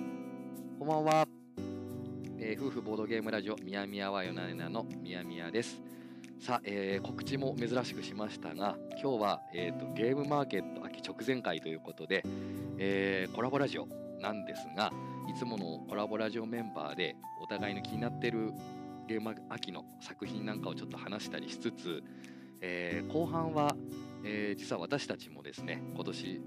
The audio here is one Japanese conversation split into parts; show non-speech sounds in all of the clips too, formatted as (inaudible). んばんは、えー夫婦ボードゲームラジオみやみやはよなよなのみやみやですさあ、えー告知も珍しくしましたが今日は、えー、とゲームマーケット秋直前会ということで、えーコラボラジオなんですがいつものコラボラジオメンバーでお互いの気になってるゲーム秋の作品なんかをちょっと話したりしつつ、えー後半は、えー実は私たちもですね今年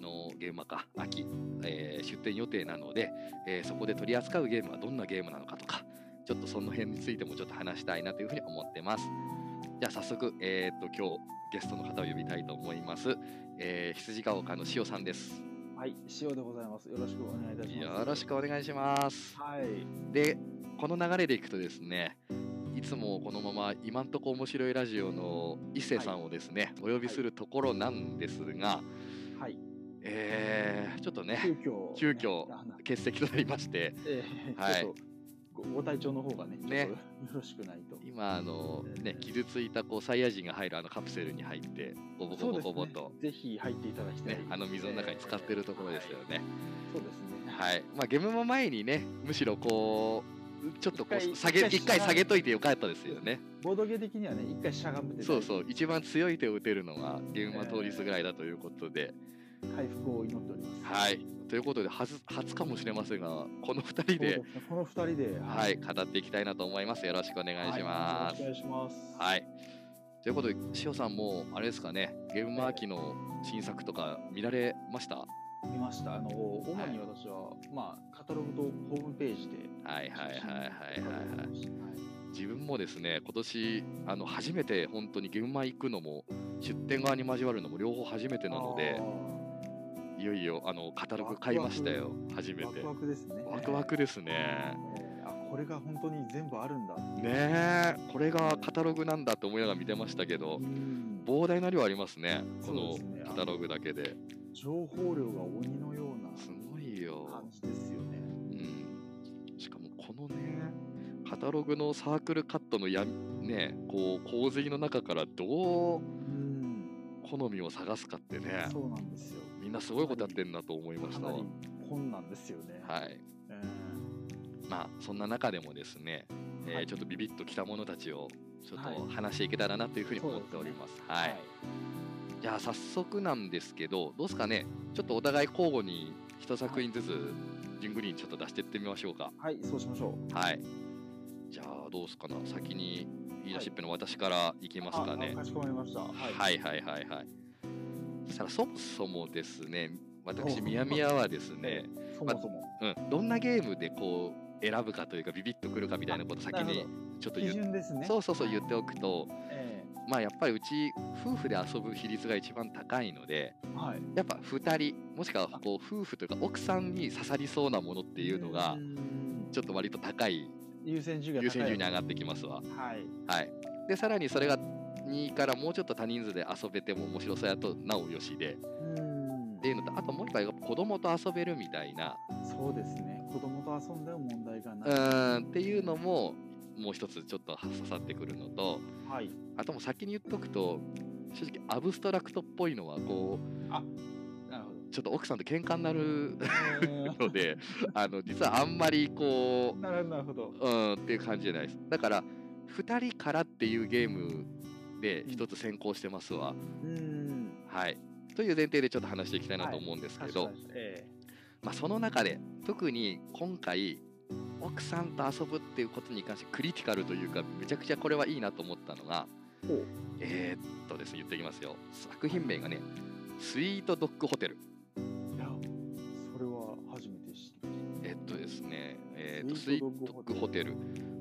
のゲームか秋、えー出店予定なので、えーそこで取り扱うゲームはどんなゲームなのかとかちょっとその辺についてもちょっと話したいなというふうに思ってますじゃあ早速、えー、と今日ゲストの方を呼びたいと思います、えー、羊ヶ丘のしおさんですはい、塩でございます。よろしくお願いいたします。よろしくお願いしますはい。でこの流れでいくとですねいつもこのまま今んとこ面白いラジオの伊勢さんをですね、お呼びするところなんですが、はい。えーちょっとね急遽。急遽ねあの欠席となりましてええはいちょっとごご体調の方がねね、ちょっとよろしくないと。今あのね傷ついたこうサイヤ人が入るあのカプセルに入ってゴボゴボゴボとね。ぜひ入っていただきたい。ねあの水の中に使ってるところですよねええそうですね。はいまあゲームも前にねむしろこうちょっとこう一回下げ一一回回下げといてよかったですよねボードゲー的にはね、一回しゃがんで、そうそう一番強い手を打てるのはゲームは通りすぐらいだということで、回復を祈っております。はいということで初初かもしれませんがこの2人そうでですね。この二人で。はい語っていきたいなと思いますよろしくお願いしまはすいよろしくお願いします。はい。ということで、しおさんも、あれですかね、ゲームマーキの新作とか見られましたは見ました。あの、主に私は、まあ、カタログとホームページで。いはいはいはいはい、はい。はい。自分もですね、今年、あの、初めて本当にゲームマー行くのも、出店側に交わるのも両方初めてなのであ、ーいよいよ、あの、カタログ買いましたよ、初めワてク。ワクですね。ワクワクですね。えーあこれが本当に全部あるんだねえ、これがカタログなんだと思いながら見てましたけど、ぼ膨大な量ありますね、こそうのですねカタログだけで。情報量が鬼のようなすごいよ。感じですよね。うんしかもこのねカタログのサークルカットのやねこう洪水の中からどううん、好みを探すかってねそうなんですよ。みんなすごいことやってんなと思いましかたなわり本なんですよね。はいえまあそんな中でもですね、えーはいちょっとビビッときたものたちをちょっはいと話していけたらなというふうに思っておりますーはい、じゃあ早速なんですけどどうですかねちょっとお互い交互に一作品ずつジングリーンちょっと出してってみましょうかはい、そうしましょう。はい。じゃあどうすかな先にリーダーシップの私からいきますかあねあ。かしこまりました。はいはいはいはい。そしたらそもそもですね、私おみやみやはですえ (laughs) ね、ーそもそも、うん、どんなゲームでこう選ぶかというかビビッとくるかみたいなこと先なにるほちょっとど言基っ準ですね。そうそうそう言っておくと、えまあやっぱりうち夫婦で遊ぶ比率が一番高いので、ーはい。っやっぱ2人もしくはこう夫婦というか奥さんに刺さりそうなものっていうのがちょっと割と高い優先順位優が高先い順位に上がってきますわ。はい。はい、でさらにそれが2からもうちょっと多人数で遊べても面白そうやとなおよしでうんっていうのとあともう一個はやっぱ子供と遊べるみたいなそうですね。子供と遊んでも問題がうない。ーんっていうのももう一つちょっと刺さってくるのとはい。あともう先に言っとくと正直アブストラクトっぽいのはこなるほど。うちょっと奥さんと喧嘩になる (laughs) えのであの実はあんまりこーなるほどなるほど。ううんっていう感じじゃないですだから2人からっていうゲームで一つ先行してますわ。うん。はい、という前提でちょっと話していきたいなと思うんですけど、確かにえまあ、その中で特に今回奥さんと遊ぶっていうことに関してクリティカルというかめちゃくちゃこれはいいなと思ったのがほうえーっとですね言っていきますよ作品名がね「スイートドッグホテルえいや、それは初めて知った。」えっとですね、えーっとススイイーートドトッドッグホグホテテル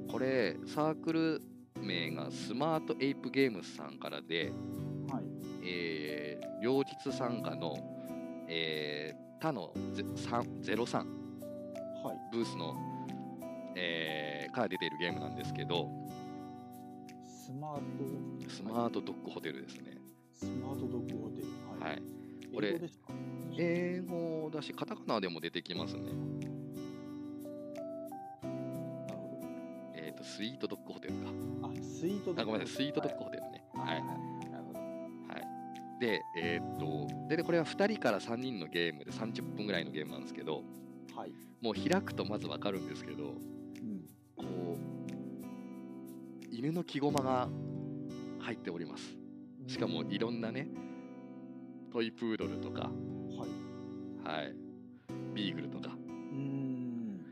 これサークル名がスマートエイプゲームズさんからで、はい。えー両日参加の、えー、他のゼ3 03はい。ブースの、えーから出ているゲームなんですけど、スマート、スマートドッグホテルですね。スマートドッグホテル。ははいい。。これ英語ですか英語だし、カタカナでも出てきますね。なるほえっ、と、スイートドッグホテルか。ど。あ、スイートドッグあごめんなさい、スイートドッグホテルね。はい。はい。い。なるほど。で、えっ、とで、で、これは2人から3人のゲームで30分ぐらいのゲームなんですけど、はい。もう開くとまず分かるんですけどうん。こう犬の着駒が入っておりますしかもいろんなねトイプードルとか、はい。はい、ビーグルとかうん。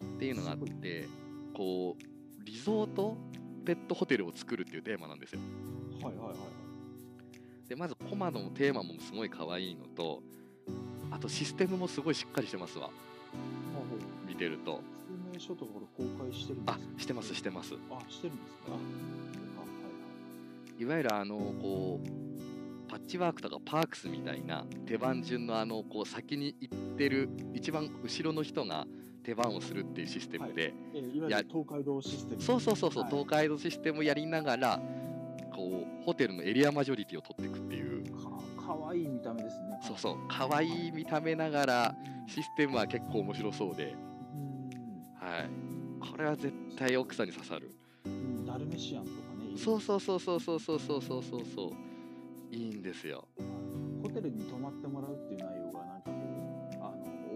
っていうのがあってこうリゾートペットホテルを作るっていうテーマなんですよはいはいはい。でまずコマのテーマもすごい可愛いのとあとシステムもすごいしっかりしてますわあ、ほう。見てると説明書とかこれ公開してるんであすかしてますしてますあ、してるんですね。あ、いわゆるあのこうパッチワークとかパークスみたいな手番順のあのこう先に行ってる一番後ろの人が手番をするっていうシステムで、はいはいはい。えーいわゆいやる東海道システム。そうそうそうそう、はい東海道システムをやりながらこうホテルのエリアマジョリティを取っていくっていうかかわいい見た目ですね。そうそう可愛い見た目ながらうんシステムは結構面白そうで、うはい、これは絶対奥さんに刺さるんうん。ダルメシアンとかね。。そううそうそうそうそうそうそうそうそうそういいんですよホテルに泊まってもらうっていう内容がなんかこうあ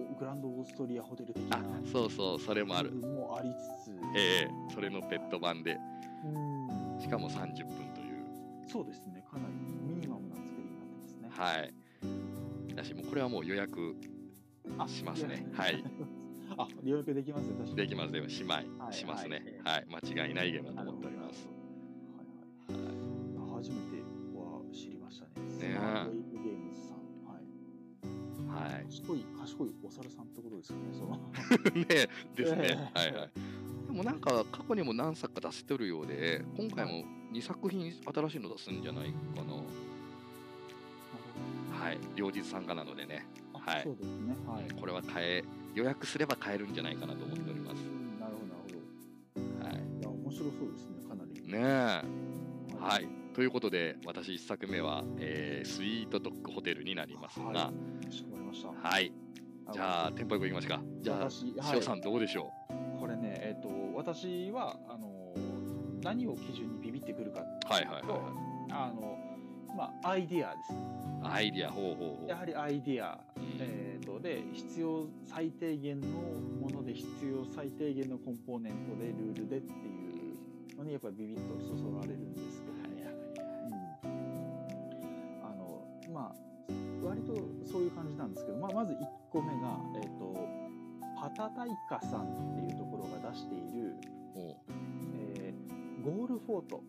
のグランドオーストリアホテル的なあそうそうそれもある部分もありつつ、ええそれのペット版でうんしかも30分というそうですねかなりミニマムな作りになってますね。はい私もうこれはもう予約あしますねいやはい (laughs) あ予約できますね確かに。できますよ姉妹はいしますねははい間違いないゲームだと思っておりますははいいはい、初めては知りましたね。えスマートイブゲームズさん。はい。はい賢い、賢いお猿さんってことですよね。そ (laughs) う。ねえですね、ええはいはいでもなんか過去にも何作か出してるようで今回も2作品新しいの出すんじゃないかなはい両日参加なのでね、あはいそうですね。はい。これは買え予約すれば買えるんじゃないかなと思っておりますう、んなるほど、なはるほど。い、いや、面白そうですね、かなり。ねえはい。、ということで私1作目は、えースイートドッグホテルになりますがははしこまりました。い、じゃあのテンポよくいきますかじゃあ私、塩、はい、さんどうでしょこれね、えっ、と、私は、あの、何を基準にビビってくるかってうはいはいはいとはあの、まあ、アイディアですね。いアイディアほうほうほやうはりアイディア、うんえー、とで必要最低限のもので必要最低限のコンポーネントでルールでっていうのにやっぱりビビッとそそられるんですけど、ねうんあのまあ割とそういう感じなんですけど、まあ、まず1個目が、えー、とパタタイカさんっていうところが出している、ほえーゴールフォート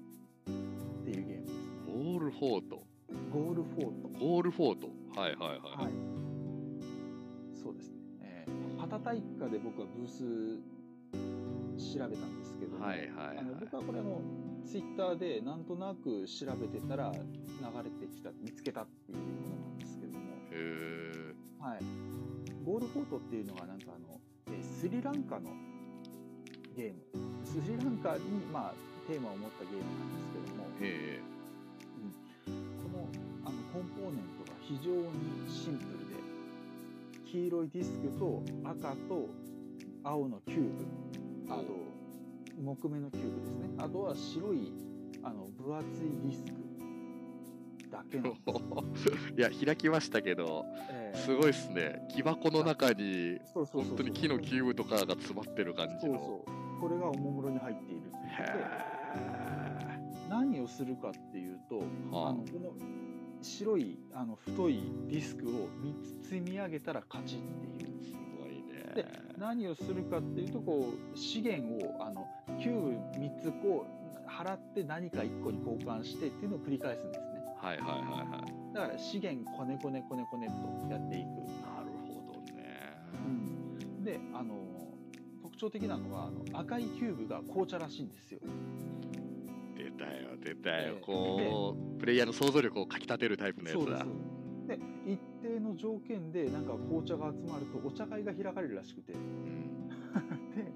っていうゲームですね。うゴールフォートゴールフォートゴールフォートはいはいはいはい、そうですね、えー、パタ大会で僕はブース調べたんですけども、はいはいはいあの僕はこれもツイッターでなんとなく調べてたら流れてきた見つけたっていうものなんですけども、へえはい、ゴールフォートっていうのはなんかあの、えースリランカのゲームスリランカに、まあ、テーマを持ったゲームなんですけども、 (laughs) えこのあのコンポーネントが非常にシンプルで黄色いディスクと赤と青のキューブあと木目のキューブですねあとは白いあの分厚いディスクだけなんです、いや開きましたけどえーすごいっすね木箱の中にそうそうそう本当に木のキューブとかが詰まってる感じそうのそうこれがおもむろに入っているってへいうでえ何をするかっていうとあはのこの白いあの太いディスクを3つ積み上げたら勝ちっていうあすごいねで何をするかっていうとこう資源をあのキューブ3つこう払って何か1個に交換してっていうのを繰り返すんですねはいはいはいはいだから資源こねこねこねこねとやっていく、なるほどね。であの特徴的なのはあの赤いキューブが紅茶らしいんですよ出たよ出たよえ。えこうプレイヤーの想像力をかきたてるタイプのやそうつですだそ。うですで一定の条件でなんか紅茶が集まるとお茶会が開かれるらしくてうんで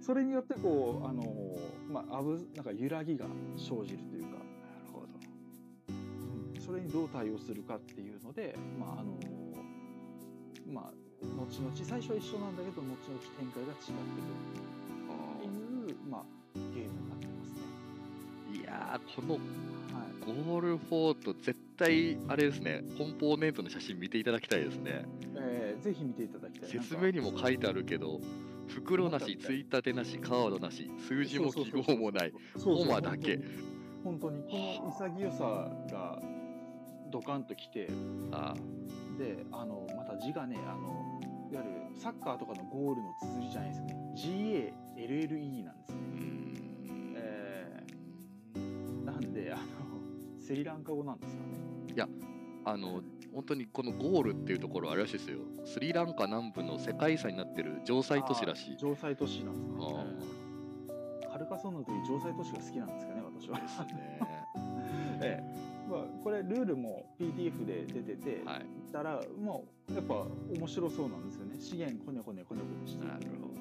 それによってこうあのまああぶなんか揺らぎが生じるというかなるほど。それにどう対応するかっていうので、まああのまあ、後々最初は一緒なんだけど後々展開が違ってくるっていう、まあ、ゲームになってますね。いやーこのはい、ゴールフォート絶対あれですね。コンポーネントの写真見ていただきたいですね。えーぜひ見ていただきたい説明にも書いてあるるけど袋なしついたてなしカードなし数字も記号もないコマだけ本当にこの潔さがドカンときてあであのまた字がねあのいわゆるサッカーとかのゴールの綴りじゃないですね GALLE なんですねーう、ーんえーなんであのスリランカ語なんですよねあの本当にこのゴールっていうところあれらしいですよスリランカ南部の世界遺産になってる城塞都市らしい城塞都市なんですねあーえーカルカソンヌの時城塞都市が好きなんですかね私はです (laughs) ねええまあ、これルールも PDF で出てて、はいたらもうやっぱ面白そうなんですよね資源こねこねこねこねしてなるほど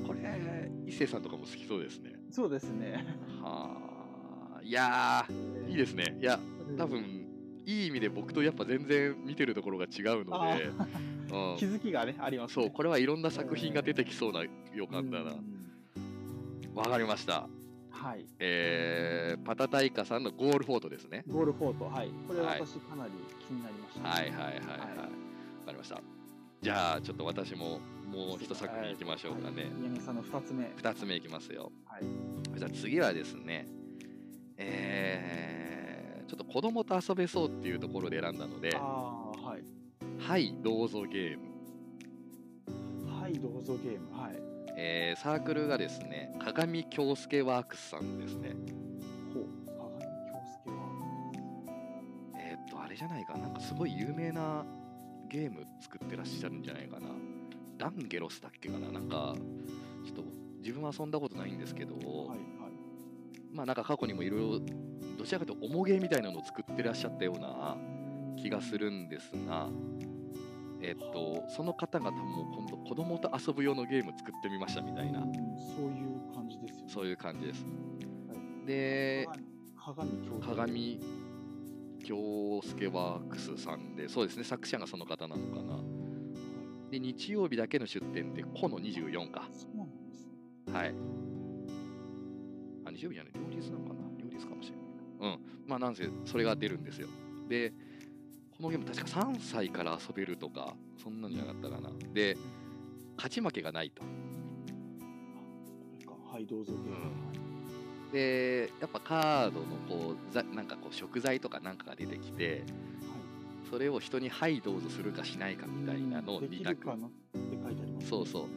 えこれ伊勢さんとかも好きそうですねーそうですねはあいやーいいですねいや多分いい意味で僕とやっぱ全然見てるところが違うので、うん気づきがねあります、ね、そうこれはいろんな作品が出てきそうな予感だなうんわかりましたはいえー、パタタイカさんのゴールフォートですねゴールフォートはいこれはい私かなり気になりました、はいはいはいはいわ、はかりましたじゃあちょっと私ももう一作品いきましょうかねい、宮根さんの二つ目は2つ目いきますよいじゃあ次はですねえー、ちょっと子供と遊べそうっていうところで選んだのでああはい「はいどうぞゲーム」はいどうぞゲームはいえーサークルがですね鏡京介ワークスさんですねほう鏡京介はえーっとあれじゃないかなんかすごい有名なゲーム作ってらっしゃるんじゃないかなダンゲロスだっけかななんかちょっと自分は遊んだことないんですけど、はいはいまあなんか過去にもいろいろどちらかというと重ゲーみたいなのを作ってらっしゃったような気がするんですがえーっとその方々も今度子供と遊ぶ用のゲーム作ってみましたみたいなうんそういう感じですよねそういう感じですはで鏡鏡京鏡京介介ワークスさんでそうですね作者がその方なのかなで日曜日だけの出店で「こ」の24かそうなんですねはいあ日曜日じゃない両立なのかな両立かもしれないなうんまあなんせそれが出るんですよでこのゲーム確か3歳から遊べるとかそんなんじゃなかったかなで勝ち負けがないとこれかはいどうぞゲーム、でやっぱカードのこうざなんかこう食材とかなんかが出てきてはいそれを人に「はいどうぞ」するかしないかみたいなのをでき2る択かなって書いてあります、ね。そうそ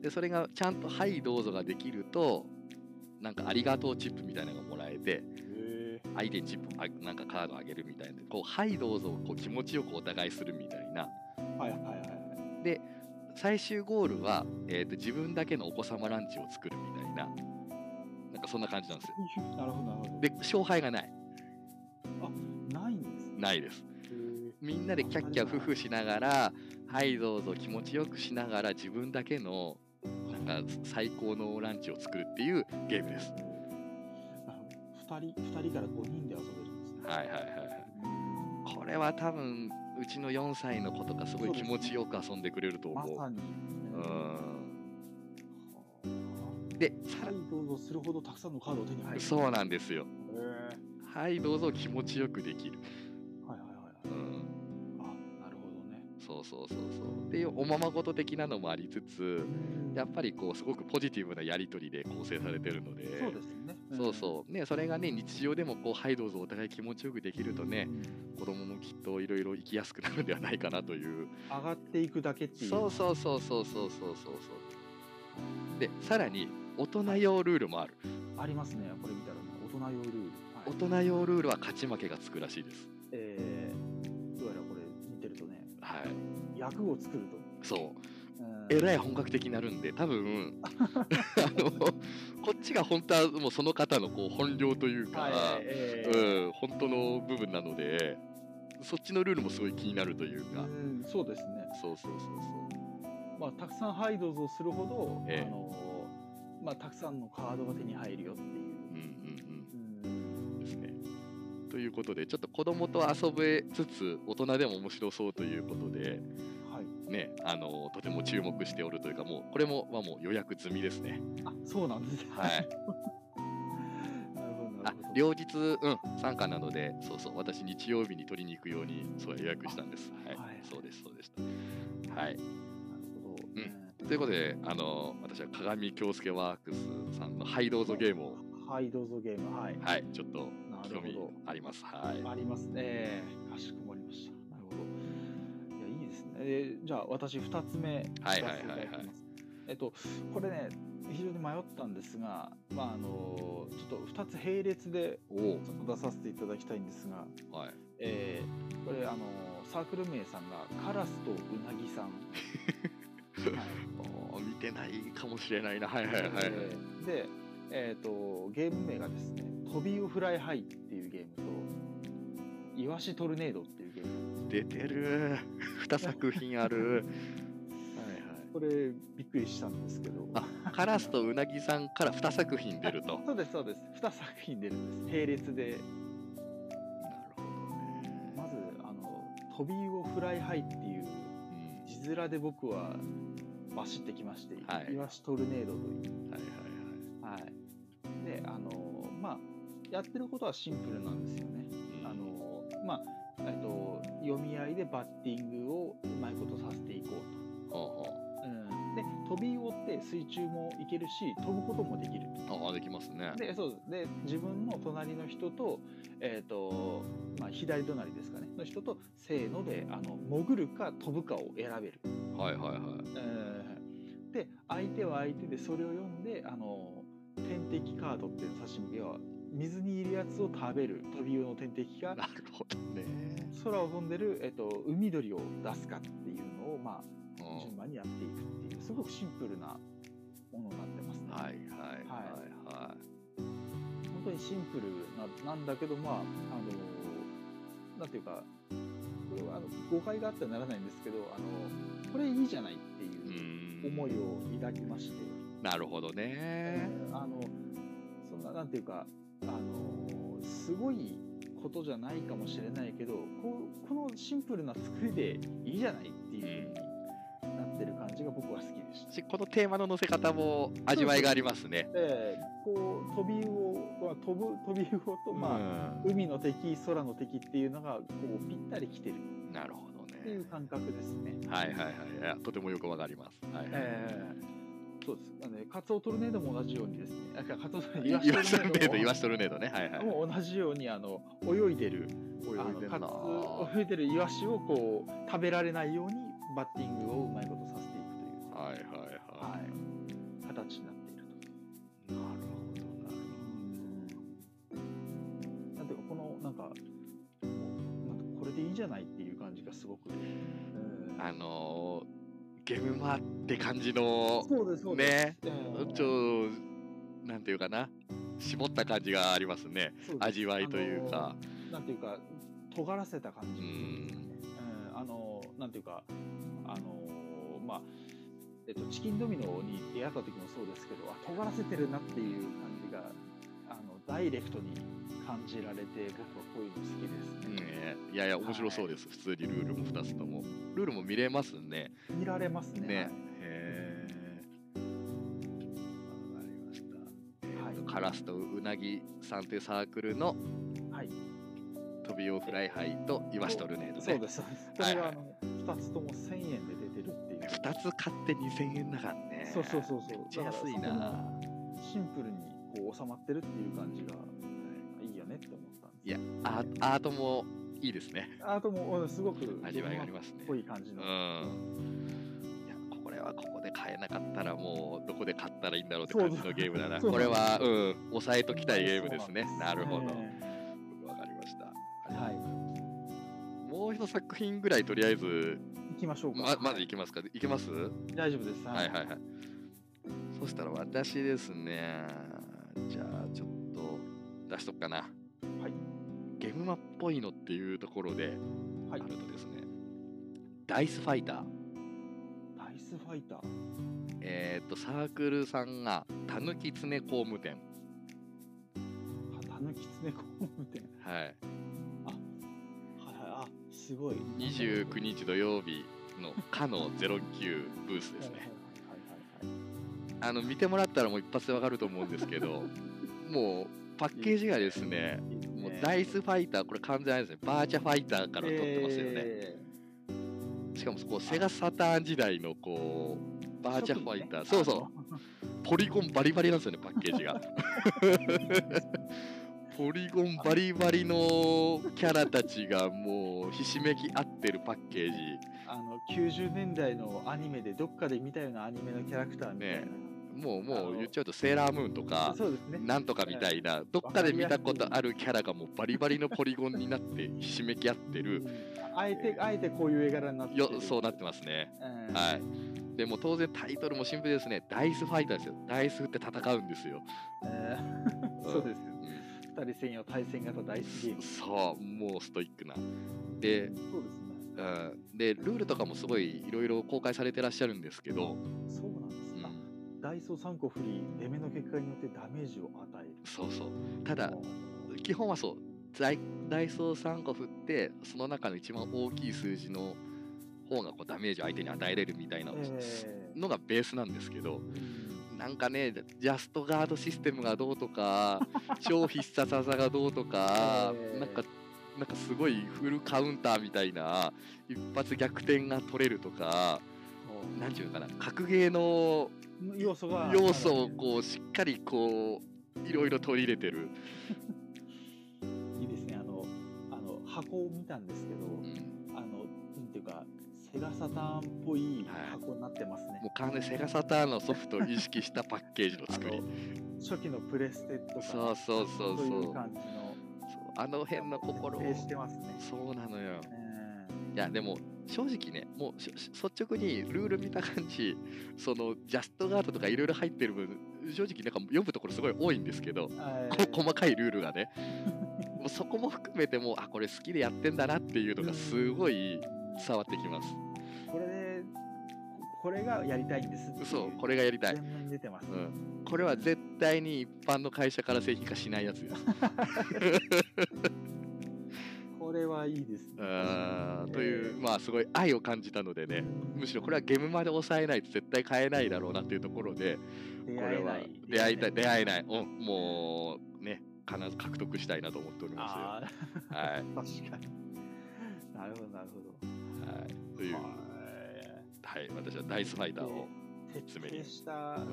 うでそれがちゃんと「はいどうぞ」ができるとなんか「ありがとう」チップみたいなのがもらえてへー相手にチップあなんかカードあげるみたいなこう「はいどうぞ」をこう気持ちよくお互いするみたいなはいはいはいはい。最終ゴールは、えー、と自分だけのお子様ランチを作るみたいななんかそんな感じなんですよ (laughs) なるほどなるほど。で勝敗がないないんです、ね。ないですへーみんなでキャッキャフフしながら「はいどうぞ」気持ちよくしながら自分だけのなんか最高のランチを作るっていうゲームです。なるほど二人二人から五人で遊べるんですね。はいはいはいはい。これは多分うちの4歳の子とかすごい気持ちよく遊んでくれるとま思う。さに。うーはんでさあらはいどうぞするほどたくさんのカードを手に入る。。そうなんんですよ。へーはいどうぞ気持ちよくできる。はいはいはいはい。うんあなるほどね。そうそうそうそう。っていうおままごと的なのもありつつやっぱりこうすごくポジティブなやり取りで構成されてるので。そうですよね。そうそうね、それがね日常でもこう「はいどうぞ」お互い気持ちよくできるとうん。ね子供もきっといろいろ生きやすくなるんではないかなという上がっていくだけっていう。そうそうそうそうそうそうそうそうでさらに大人用ルールもあるありますね。これ見たらね、大人用ルール。はい大人用ルールは勝ち負けがつくらしいですえー、どうやらこれ見てるとねはい役を作ると、そううんえらい本格的になるんで多 (laughs) 分あのこっちが本当はもうその方のこう本領というか、はいえーうん本当の部分なのでそっちのルールもすごい気になるというか、うんそうですね、そうそうそうそうまあ、たくさんハイドズをするほど、ええあのーまあ、たくさんのカードが手に入るよっていう、うんうんううんんですね。ということでちょっと子供と遊べつつ大人でも面白そうということではい、ねあのとても注目しておるというかもうこれもはもう予約済みですね。あそう (laughs) なんですねはい、なるほどあなるほど両日うん参加なのでそうそう私日曜日に取りに行くようにそう予約したんです。はいはいはいそうですそうでした。はい、なるほど、んということであの私は鏡京介ワークスさんのハイローズゲームをはいどうぞゲームはいはいちょっとなる興味ほあります。はいどありますねかしこまりましたなるほどいやいいですねえーじゃあ私二つ目はい出はいさせてただきますはいはいえっとこれね非常に迷ったんですがまああのちょっと二つ並列でおおちょっと出させていただきたいんですがはいえーこれあのサークル名さんがカラスとウナギさん、はいおー見てないかもしれないなはいはいはいはいえーで、えー、とゲーム名がですね「トビウフライハイ」っていうゲームと「イワシトルネード」っていうゲーム出てる2作品あるこれびっくりしたんですけどあカラスとウナギさんから2作品出るとなるそうですそうです2作品出るんです並列でほどねまずあの「トビウオフライハイ」っていううん字面で僕はバシってきまして「はいイワシトルネード」というはいはいはい、であのまあやってることはシンプルなんですよね。はいあのまあえっと、読み合いでバッティングをうまいことさせていこううんほうほと。うん、で飛び魚って水中もいけるし飛ぶこともできるうああできますねでそうですで自分の隣の人と,、えっとまあ、左隣ですかねの人とせーのであの潜るか飛ぶかを選べるはいはいはいうんで相手は相手でそれを読んであの天敵カードっていうの差し向けは水にいるやつを食べる飛び魚の天敵かなるほどね空を飛んでる、えっと、海鳥を出すかっていうのを、まうあ、順ん番にやっていくっていうすごくシンプルなものになってますね、はいはいはいは本当にシンプルななんだけどまああのなんていうかこれはあの誤解があってはならないんですけどあのこれいいじゃないっていういうん思いを抱きまして、なるほどねあのそんななんていうかあのすごいことじゃないかもしれないけどこうこのシンプルな作りでいいじゃないっていう風になってる感じが僕は好きでした。しこのテーマの乗せ方も味わいがありますねでこう飛び魚は飛ぶ飛び魚と、まあう海の敵空の敵っていうのがこうぴったりきてるんなるほどっていねう感覚ですね。はいはいはいいやとてもよくわかりますはいはいえーそうですあのね、カツオトルネードも同じようにですね、あカツオトルネイーワドシトルネード、もイワシトルネードね。はいはい。もう同じようにあの泳いでる泳いでんなあのかつ泳いでるイワシをこう食べられないようにバッティングをうまいことさせていくという、はいはいははい形になっているとい。なるほどなるなんていうかこのなんかもうなんかこれでいいじゃないっていう感じがすごく、うんほど。あのーゲームマって感じのそうですそうですね、えーちょなんていうかな絞った感じがありますね。そうです味わいというあかの。なんていうか尖らせた感じ、ううんんあのなんていうかあのまあえっと、チキンドミノに出会った時もそうですけどあ尖らせてるなっていう感じがあのダイレクトに感じられて僕はこういうの好きですね、ねいやいや面白そうです。普通にルールも二つともルールも見れますね。見られますねね。へえ。わかりました。はいカラスとウナギさんというサークルのはい、トビオフライハイとイワシトルネードね。そうですそうですこはれいはいがあの、2つとも1000円で出てるっていう2つ買って2000円だからねそうそうそううそうちゃ安いだからなそこにシンプルにこう収まってるっていう感じがいいよねって思ったんですいやアーアートもいいですねあともうすごく味わいがありますねっぽい感じうんの、いやこれはここで買えなかったらもうどこで買ったらいいんだろうってそう感じのゲームだなそうこれはうん抑えときたいゲームですねそうなるほどわかえりましたえはいもう一作品ぐらいとりあえず行きましょうかままずいきますかいけます大丈夫ですはいはいはい。そしたら私ですね。じゃあちょっと出しとくかな。はい。ゲムマっぽいのっていうところであはいるとですね。ダイスファイター。ダイスファイターえっ、と、サークルさんが、たぬきつね工務店。たぬきつね工務店はい。はいはいあすごい29日土曜日のかの09ブ (laughs) ースですね。はいはいはいはいあの、見てもらったらもう一発でわかると思うんですけ (laughs) ど、もう、パッケージがですね、いいですねもうダイスファイター、これ完全にあれですね、バーチャファイターから撮ってますよね。えしかもこうセガサターン時代のこうバーチャファイター、そうそうポリゴンバリバリなんですよねパッケージ (laughs) がポリゴンバリバリのキャラたちがもうひしめき合ってるパッケージあの90年代のアニメでどっかで見たようなアニメのキャラクターみたいな、ねもうもあうの言っちゃうとセーラームーンとかそうですねなんとかみたいなどっかで見たことあるキャラがもうバリバリのポリゴンになってひしめき合ってるあえてあえてこういう絵柄になってよるそうなってますねうんはいでもう当然タイトルもシンプルですねダイスファイターですよダイス振って戦うんですよ、え (laughs) ーうんそうですようん二人専用対戦型大好きゲームそうもうストイックなで,、そうですねうん、でルールとかもすごいいろいろ公開されてらっしゃるんですけど、そうなんです、うんあダイソー3個振り出目の結果によってダメージを与えるそうそうただもう基本はそうダイダイソー3個振ってその中の一番大きい数字の方がこうダメージを相手に与えれるみたいなえーのがベースなんですけどうんなんかねジャストガードシステムがどうと (laughs) か超必殺技がどうとかえーなんかなんかすごいフルカウンターみたいな一発逆転が取れるとか何ていうのかな格ゲーのもう要素が要素をこうしっかりこういろいろ取り入れてる。いいですねあのあの箱を見たんですけどうんあのなんていうかセガサターンっぽいはい箱になってますね、もう完全にセガサターンのソフトを意識したパッケージの (laughs) 作りあの初期のプレステとかそうそうそうそうそういそうう感じのあの辺の心を徹底してますねそうなのよえいやでも正直ねもうしし率直にルール見た感じそのジャストガードとかいろいろ入ってる分正直なんか読むところすごい多いんですけど、ーえこー細かいルールがねもうそこも含めてもうあこれ好きでやってんだなっていうのがすごい伝わってきますこれでここれがやりたいんですっていそうこれがやりたい全面に出てます、うん、これは絶対に一般の会社から製品化しないやつです。これはいいですねあーという、えーまあすごい愛を感じたのでねむしろこれはゲームまで抑えないと絶対買えないだろうなっていうところで出こ会れえなはい出会いたい出会えいない、うん、もうね必ず獲得したいなと思っておりまああすよ。はいはい、確かになるほどなるほどという、ははい、私はダイスファイターを。い徹爪底にしたうん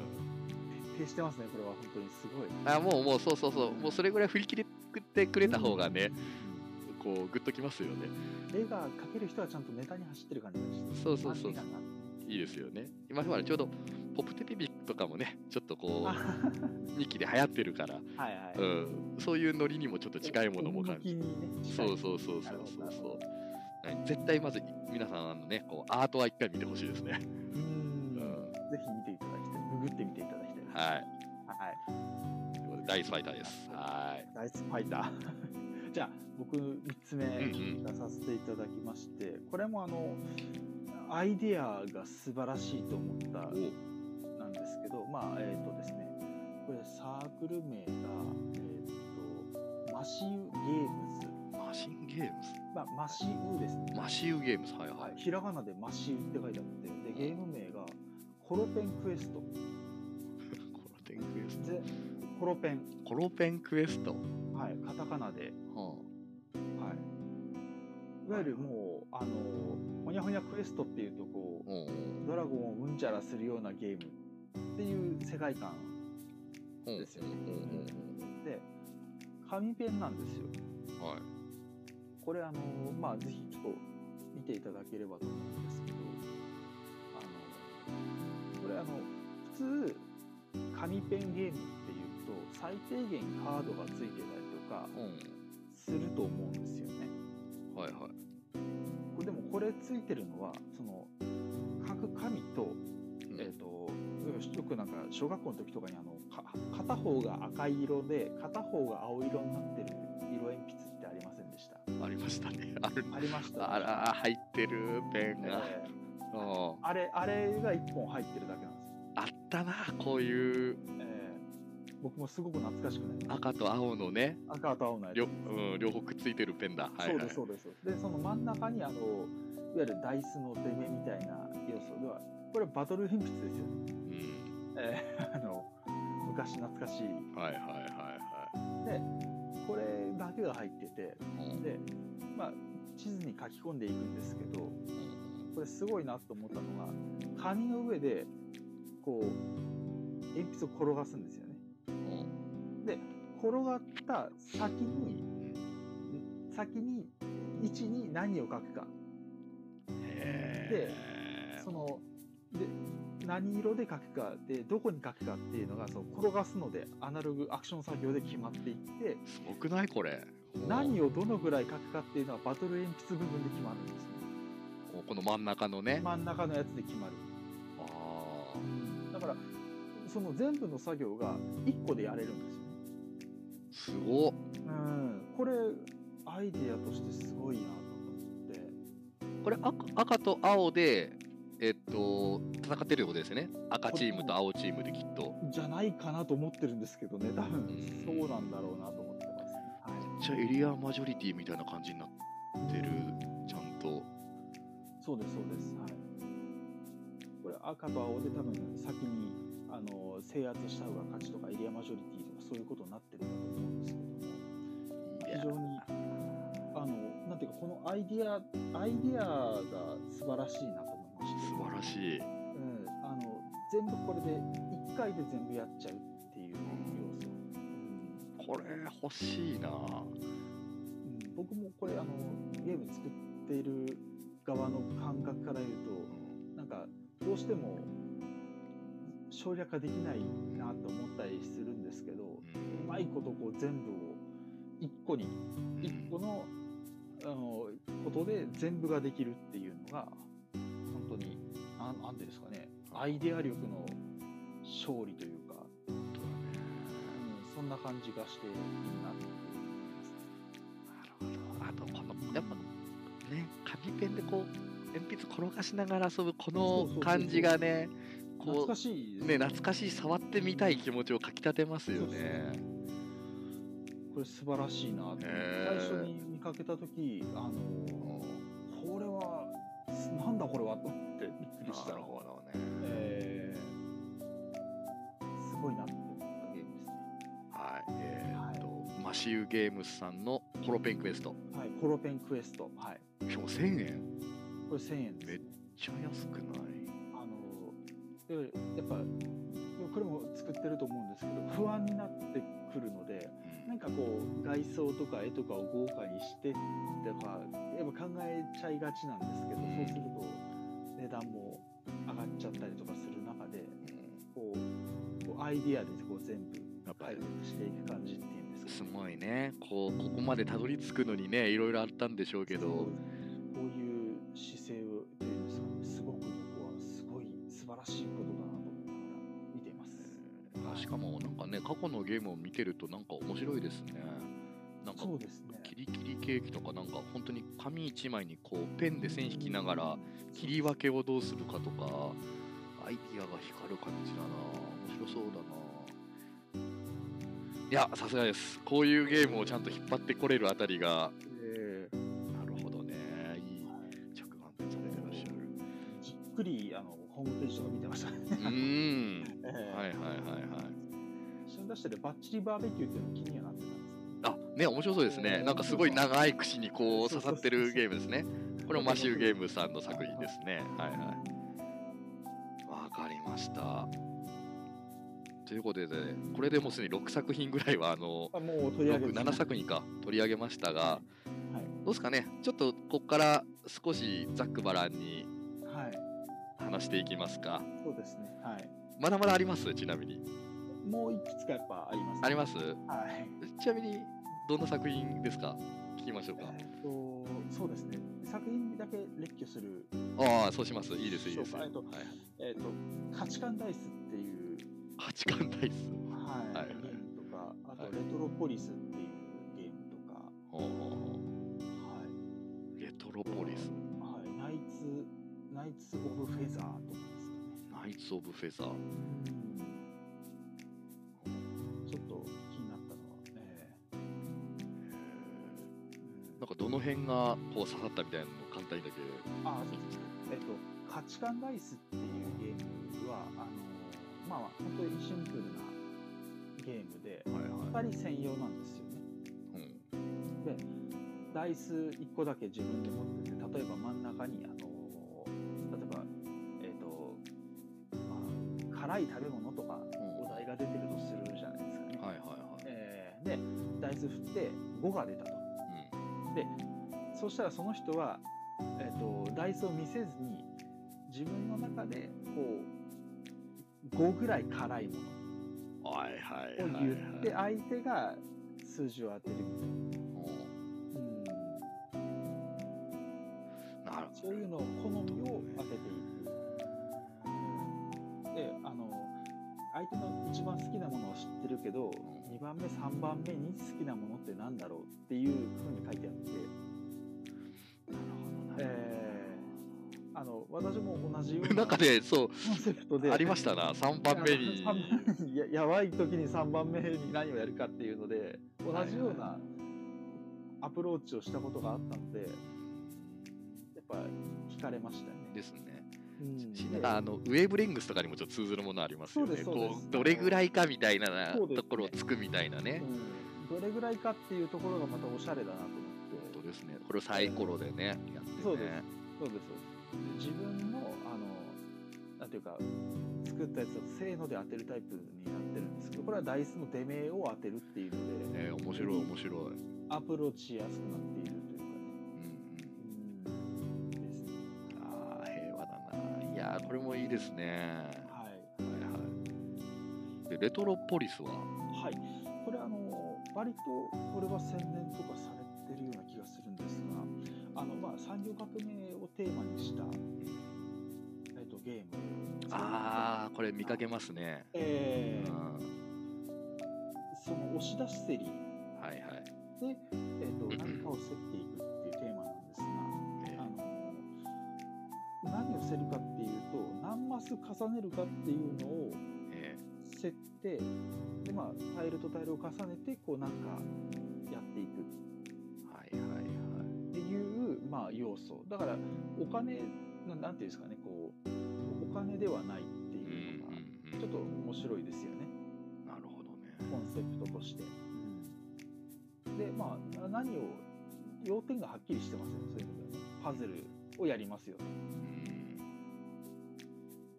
徹底してますねこれは本当にすごいあもうもうそうそうそうもうそれぐらい振り切ってくれた方がねこうグッときますよね絵が描ける人はちゃんとネタに走ってる感じがして (laughs) そうそうそう安心感がいいですよね今ほらちょうどポップテピピとかもねちょっとこあう2期で流行ってるから、はいはい、うん、そういうノリにもちょっと近いものも感じ趣にね近いそうそうそうそうそうそう。はい絶対まず皆さんあのね、こうアートは一回見てほしいですね。ううーんん。ぜひ見ていただきたいググってみていただきたいですはい。はいということで、ダイスファイターです。はい。ナイスファイター。 (laughs) じゃあ、僕、3つ目んうん出させていただきまして、これもあの、アイデアが素晴らしいと思ったおなんですけど、まあ、えっ、とですね、これサークル名が、えっ、と、マシウゲームズ。マシンゲームまあ、マシウですねズ。。マシウゲームズ。はいははいい。ひらがなでマシウって書いてあって、で、ゲーム名が、コロペンクエスト。コロペンクエスで、コロペン。ト。コロペンクエスト。ははい、カタカナで、はい、いわゆるもう、あのほにゃほにゃクエストっていうとこあうんうドラゴンをうんちゃらするようなゲームっていう世界観うん。ですよねうんで紙ペンなんですようんうん。はい。これあのまあぜひちょっと見ていただければと思うんですけどあのこれあの普通紙ペンゲームっていうと最低限カードがついてたりとかうん。すると思うんですよねはいはい。これでもこれついてるのはその各紙とうんえー、とよくなんか小学校の時とかにあのか片方が赤い色で片方が青色になってる色鉛筆ってありませんでしたありましたね。 (laughs) ある。ありましたあら、入ってるペンえが。ーうんあれあれが1本入ってるだけなんですよ、あったな、こういうえー僕もすごく懐かしくなりまし赤と青のね、た赤と青のやつ両うん、両方くっついてるペンだ。はい、はい。そうですそうですでその真ん中にあのいわゆるダイスの出目みたいな要素ではこれバトル鉛筆ですよね、 (laughs) うん。えーあの昔懐かしいはいはいはいこれだけが入っててはい。うんで、まあ、地図に書き込んでいくんですけどうんこれすごいなと思ったのが紙の上でこう鉛筆を転がすんですよね。うんで転がった先に先に位置に何を書くかへそので何色で書くかでどこに書くかっていうのがその転がすのでアナログアクション作業で決まっていってーすごくないこれ何をどのぐらい書くかっていうのはバトル鉛筆部分で決まるんですおこの真ん中のねね、真ん中のやつで決まるああだからその全部の作業が1個でやれるんですよーすねごっうんこれアイディアとしてすごいなと思ってこれ赤赤と青でえっと戦ってるってことですよね赤チームと青チームできっとじゃないかなと思ってるんですけどね多分そうなんだろうなと思ってまじす、はい、ゃあエリアマジョリティみたいな感じになってるちゃんとそうですそうです。はい。これ赤と青で多分先にあの制圧した方が勝ちとかエリアマジョリティとかそういうことになってるんだと思うんですいけやども、非常にあのなんていうかこのアイディアアイディアが素晴らしいなと思いました。素晴らしいうん。あの全部これで一回で全部やっちゃうっていうこ要素。うんれ欲しいなうん、僕もこれあのゲーム作っている側の感覚から言うとなんかどうしても省略ができないなと思ったりするんですけどうまいことこう全部を一個に一個のあのことで全部ができるっていうのが本当になんなんていうんですかねアイデア力の勝利というか、うん、そんな感じがしていいなと思いなます。るほどあとこのやっぱね紙ペンでこう鉛筆転がしながら遊ぶこの感じがね懐こかしいですうね懐かしい触ってみたい気持ちをかきたてますよそうねこれ素晴らしいなと思って、ねえ最初に見かけた時あのこれはすなんだこれはと思ってびっくりしたなるほどねえーすごいなって思ったゲームですねはいえーっとマシューゲームスさんのコロペンクエストはいコロペンクエストはい今日1000円めっこれ1000円です、ね、ちゃ安くないあのでやっぱこれも作ってると思うんですけど不安になってくるのでなんかこう外装とか絵とかを豪華にしてとかやっぱ考えちゃいがちなんですけうど、んそうすると値段も上がっちゃったりとかする中でこうこうアイディアでこう全部やっぱ解り決していく感じっていうんですかすごいねこうここまでたどり着くのにねいろいろあったんでしょうけそうどこういう姿勢をっていうんですかねすごく僕はすごい素晴らしいことだなと思いながら見ています。はいしかもなんかね過去のゲームを見てるとなんか面白いですねなんかそうですねキリキリケーキとかなんか本当に紙一枚にこうペンで線引きながら切り分けをどうするかとかアイディアが光る感じだな面白そうだないやさすがですこういうゲームをちゃんと引っ張ってこれるあたりがえなるほどねいいーはい着眼点されてらっしゃるじっくりあのホームページとか見てましたね。うーん (laughs) はいいはいはいはい一緒に出してるバッチリバーベキューっていうのも気にはなってたんですあね面白そうですねなんかすごい長い口にこう刺さってるゲームですねこれもマシューゲームさんの作品ですねはいはいわかりましたということで、ね、これでもうすでに6作品ぐらいはあのあもう取り上げ6 7作品か取り上げましたがはいどうですかねちょっとここから少しざっくばらんにはい話していきますかそうですねはいまだまだありますちなみにもういくつかやっぱあります、ありますはいちなみにどんな作品ですか聞きましょうかえっとそうですね作品だけ列挙するああそうしますいいですいいですそうよかえっとはいえっと価値観ダイスっていう八冠ダイス。はい、はいはいゲームとかあとはいレトロポリスっていうゲームとかはレトロポリス。い、はい、ナイツナイツオブフェザーとかですかねナイツ・オブ・フェザー。ちょっと気になったのは、えーなんかどの辺がこう刺さったみたいなのを簡単にだけ。あそうそうそうえっと「価値観ダイス」っていうゲームはあのまあ本当にシンプルなゲームではいは2人専用なんですよねい。うん。ダイス1個だけ自分で持ってて例えば真ん中にあの辛い食べ物とかうんお題が出てるとするじゃないですかね。はいはいはい。えーでダイス振って5が出たと。でそしたらその人は、えー、とダイスを見せずに自分の中でこう5ぐらい辛いもうん。はいはいのをはい、言はい。って相手が数字を当てるみたいな。うんうんなるそういうのを好みを当てていく。であの相手の一番好きなものを知ってるけど2番目3番目に好きなものってなんだろうっていうふうに書いてあって、なるえーあの私も同じよほうど。ななんかね、そう、コンセプトでありましたな、三番目に。三番目にややばい時に3番目に何をやるかっていうので同じようなアプローチをしたことがあったのでやっぱ惹かれましたよね。ですね。うんしなんかあのウェーブレングスとかにもちょっと通ずるものありますよそうでね。すそうでこすうどれぐらいかみたいなそうですねところをつくみたいなね。うん、どれぐらいかっていうところがまたおしゃれだなと思本って当ですね。これをサイコロでね、やってね。そうですそうですそうです自分のあのなんていうか作ったやつをせーので当てるタイプになってるんですけどこれはダイスの出目を当てるっていうのでえー面白い面白い。うんアプローチしやすくなっているというかねうんですねうん、ああ平和だな。いやーこれもいいですね。はいはいはい。でレトロポリスは。はいこれあの割とこれは宣伝とかされてるような気がするんですがあのまあ産業革命をテーマにした、えっとゲームああこれ見かけますね。うえんー、その押し出し競りはいはい。で、えー、と何かを競っていくっていうテーマなんですえーが、あの何を競るかっていうと何マス重ねるかっていうのをえ競ってで、まあ、タイルとタイルを重ねてこうなんかやっていくーはいはいはい。っていう、まあ、要素だからお金ななんていうんですかねこうお金ではないってうんいうのうがんうんちょっと面白いですよね。なるほどね。コンセプトとして。でまあ何を要点がはっきりしてますよねそういう意味ではねパズルをやりますよね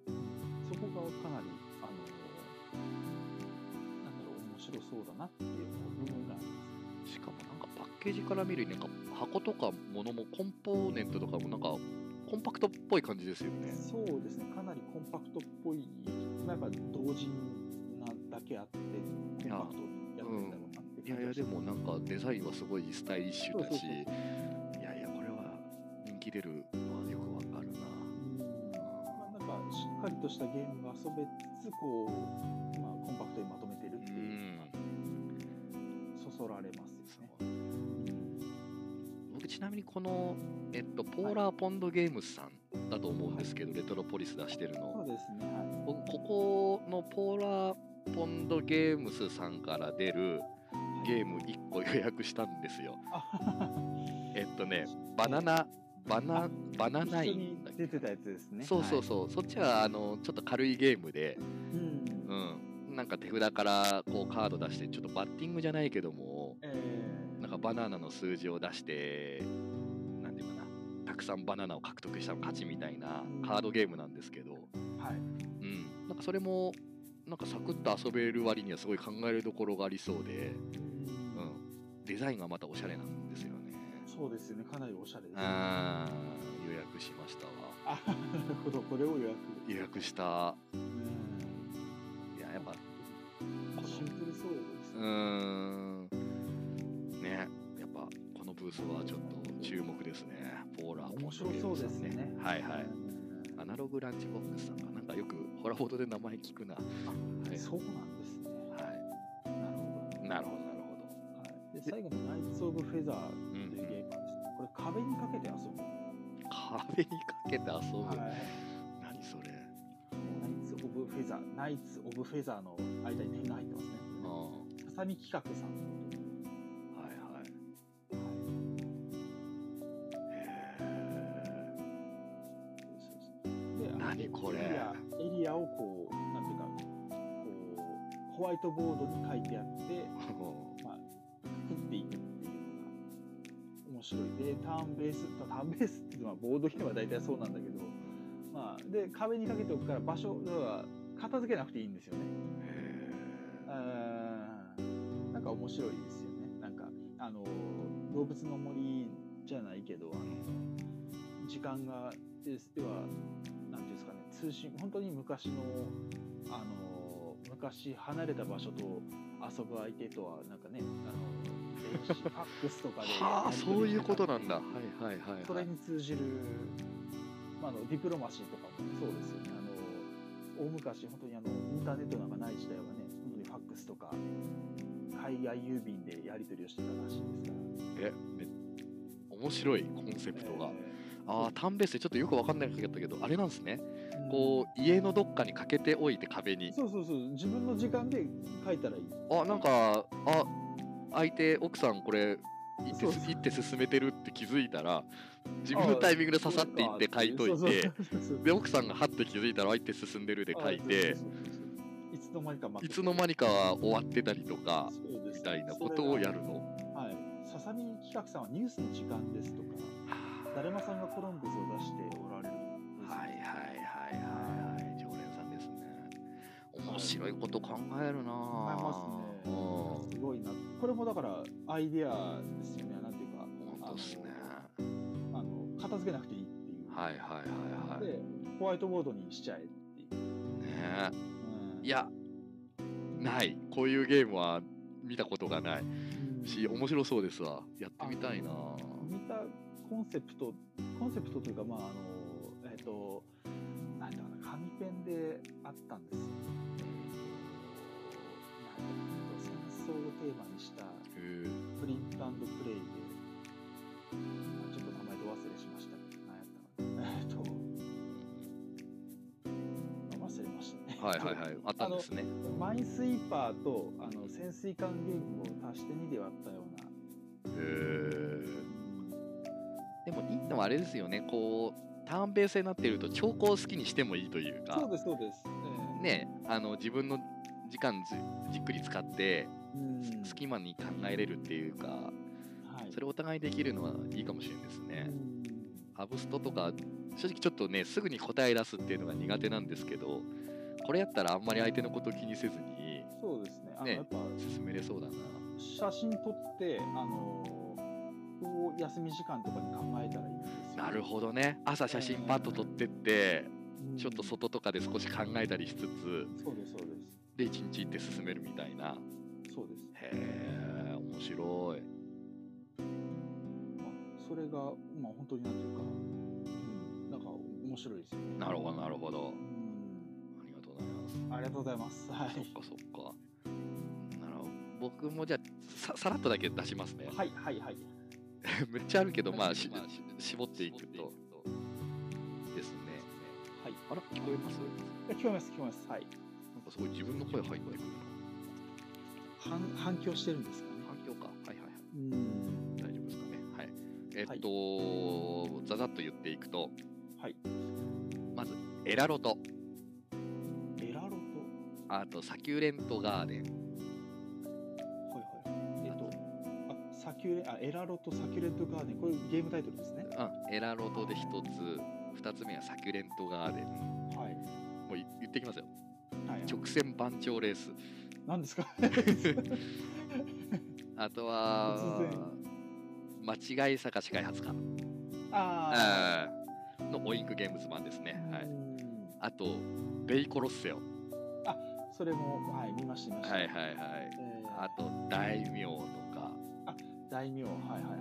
うんそこがかなりあのなんだろう面白そうだなっていう部分がありましかもなんかパッケージから見るになんか箱とか物もコンポーネントとかもなんかコンパクトっぽい感じですよね。す、そうですねかなりコンパクトっぽい、まあ、やっぱ同人なだけあってコンパクトにやってんだろうなっていやいやでもなんかデザインはすごいスタイリッシュだし、そうそういやいやこれは人気出るのはよくわかるな。うんまあ、なんかしっかりとしたゲームが遊べつつこう、まあ、コンパクトにまとめてるっていうのがそそられますすよね。ごい僕ちなみにこのえっとポーラーポンドゲームズさんだと思うんですけど、レトロポリス出してるの。そうですね。は僕ここのポーラーポンドゲームスさんから出るい。ゲーム。ム1個予約したんですよ。あ、えっとね、バナナ、バナ、バナナ一緒イにンだっけ出てたやつですね。そうそうはそう、そっちはあのちょっと軽いゲームで、い。うん。うん、なんか手札からこうカード出して、ちょっとバッティングじゃないけども、えなんかバナナの数字を出して、なんていうかな、たくさんバナナを獲得したら勝ちみたいなカードゲームなんですけど、ー、はい。うん、なんかそれも、なんかサクッと遊べる割にはすごい考えるところがありそうで、うんうん、デザインがまたおしゃれなんですよね。そうですよね。かなりおしゃれです、ね。あー予約しましたわあ、なるほど。 (laughs) これを予約。予約したうん。いややっぱシンプルそうですうね。ーんねやっぱこのブースはちょっと注目ですねポーラー面白そうですねポーラーポンドゲームズさんはいはいうんアナログランチボックスさんかなんかよくホラボードで名前聞くなはいそうなんですね。はなるほいなるほどなるど。はい。で最後のナイツオブフェザーほど、うというん、ゲームなんですね。これ壁にかけて遊ぶ。壁にかけて遊ぶ、はい。何それナイツ・オブ・フェザー、ナイツ・オブ・フェザーの間に点が入ってますね。うんはささみ企画さん。いはいへーで、あの何これエリアエリアをこう、なんていうか、こう、ホワイトボードに書いてあって、まあ、作っていくっていうのが面白い。で、ターンベース、ターンベースっていうのはボードゲームは大体そうなんだけど、まあ、で、壁にかけておくから場所、要は片付けなくていいんですよね。へうんなんか面白いですよね。なんかあの動物の森じゃないけどあの時間がですではなんていうんですかね通信本当に昔のあの昔離れた場所と遊ぶ相手とはなんかねあの電子ファックスとかでーはあそういうことなんだ。はやり取りいはいはい、そはれい。に通じる、まあ、あのディプロマシーとかもそうですよねあの大昔本当にあのインターネットなんかない時代はね本当にファックスとか海外郵便でやり取りをしてたらしいですからえめ面白いコンセプトが。えああタンベースでちょっとよくわかんないかけたけどあれなんですね。ーこう家のどっかにかけておいて壁うんに。そうそうそう自分の時間で書いたらいいあなんかあ相手奥さんこれ行ってそうすそう行って進めてるって気づいたら自分のタイミングで刺さっていって書いといてで奥さんがはって気づいたら相手進んでるで書いていつの間にかいつの間ににかは終わってたりとかみたいなことをやるの。はいささみ企画さんはニュースの時間ですとかだるまさんがコロンブスを出しておられるはいはいはいはいはい常連さんですね面白いこと考えるな考ぁえまうすねんすごいなこれもだからアイデアですよねなんていうか本当っすねあの片付けなくていいっていう、はいはいはいはいでホワイトボードにしちゃえっていう、ねうんいやないこういうゲームは見たことがないうんし面白そうですわやってみたいなぁ見たコンセプトコンセプトというかまああのえっ、となんだかな紙ペンであったんですよえーなんだかな戦争をテーマにしたへえプリントプレイで、まあちょっと名前ど忘れしましたけど、何やったのえっと、まあ忘れましたね。はいはいはいあったんですね (laughs) マインスイーパーとあの潜水艦ゲームを足して2で割ったような。へえでもいいのはあれですよねこうターンベースになっていると兆候を好きにしてもいいというかそうです、そうです。ねあの自分の時間ずじっくり使ってうん隙間に考えれるっていうかはいそれお互いできるのはいいかもしれないですね。ハブストとか正直ちょっとねすぐに答え出すっていうのが苦手なんですけどこれやったらあんまり相手のこと気にせずにうんそうですね。あの、ねやっぱ進めれそうだな。写真撮って、あのこう休み時間とかに考えたらいいんですよ。なるほどね朝写真パッと撮ってってうんちょっと外とかで少し考えたりしつつそうです、そうです。で一日行って進めるみたいな。そうです。へえ面白い。まあ、それが、まあ、本当になんていうか、うん、なんか面白いですよね。なるほどなるほどう。ん、ありがとうございます。ありがとうございます。はそっい。かそっか。なら僕もじゃあささらっとだけ出しますね。はい、はい、はい。 (laughs) めっちゃあるけど、まあ、しまあ絞っていくとですね。はい。あら、聞こえますいや聞こえます、聞こえます。はい。なんかすごい自分の声入ってくる反、反響してるんですかね。な。反響か。はいはいはい。うん。大丈夫ですかね。はい。えっと、ざざっと言っていくと、はい。まず、エラロト、エラロと。あと、サキュレントガーデン。はい、はい。えっと。あ、サキュレ、あ、エラロとサキュレットガーデン、これゲームタイトルですね。うん、エラロトで一つ、二つ目はサキュレントガーデン。はい。もうい言ってきますよ。はい。直線番長レース。なんですか。 (laughs) あとは間違い探し開発官ああーのオインクゲームズ版ですねあ。、はい、うんあとベイコロッセオそれも、はい、見ました、見ました。はいはいはいえーあと大名とか大名、はい、はい、はい、はい。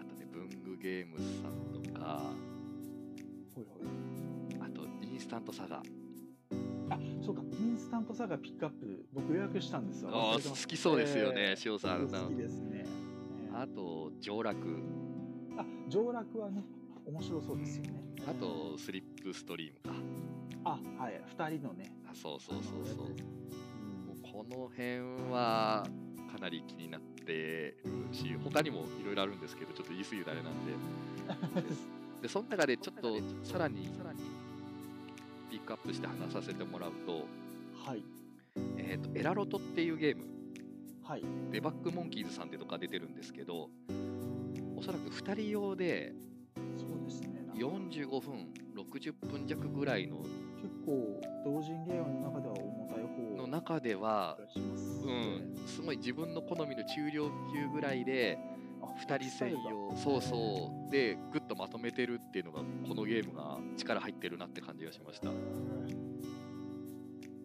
あとね文具ゲームズさんとかほいほい。あとインスタントサガあ、そうか、インスタントサガピックアップ、僕予約したんですよ。あー忘れてま好したきそうですよえねー塩さん好きですね。えーあと上洛あ、上洛はね、面白そうですよね。あとスリップストリームかあ、はい、二人のね。あそうそうそうそうあのやつですもうこの辺はかなり気になってるし他にもいろいろあるんですけどちょっと言い過ぎるとあれなんででその中でちょっとさらにピックアップして話させてもらうと,、はい、えーとエラロトっていうゲームはい、デバッグモンキーズさんってとか出てるんですけどおそらく2人用でそうですね。なんか45分60分弱ぐらいの結構同人ゲームの中では重たい方の中では気がしますうん、すごい自分の好みの中量級ぐらいで2人専用そうそうでグッとまとめてるっていうのがこのゲームが力入ってるなって感じがしました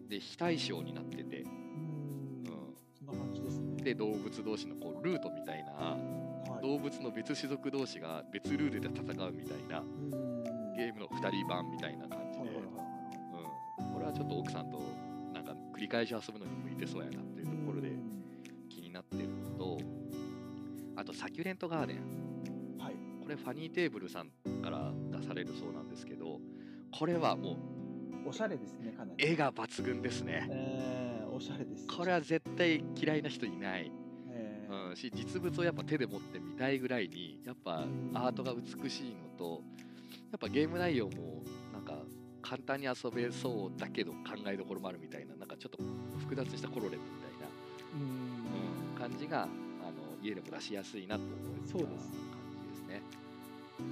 で非対称になってて、うんうん、そんな感じですねで動物同士のこうルートみたいなはい動物の別種族同士が別ルールで戦うみたいなうんゲームの2人版みたいな感じはいで、はいはいはいうん、これはちょっと奥さんとなんか繰り返し遊ぶのに向いてそうやなっていうところでうん気になってるのとあとサキュレントガーデンはいこれファニーテーブルさんから出されるそうなんですけどこれはもうおしゃれですねかなり絵が抜群ですねえーおしゃれですこれは絶対嫌いな人いない、えーうん、し実物をやっぱ手で持ってみたいぐらいにやっぱアートが美しいのとやっぱゲーム内容もなんか簡単に遊べそうだけど考えどころもあるみたいななんかちょっと複雑したコロレみたいなうん感じがあの家でも出しやすいなと思うそうです感じですね。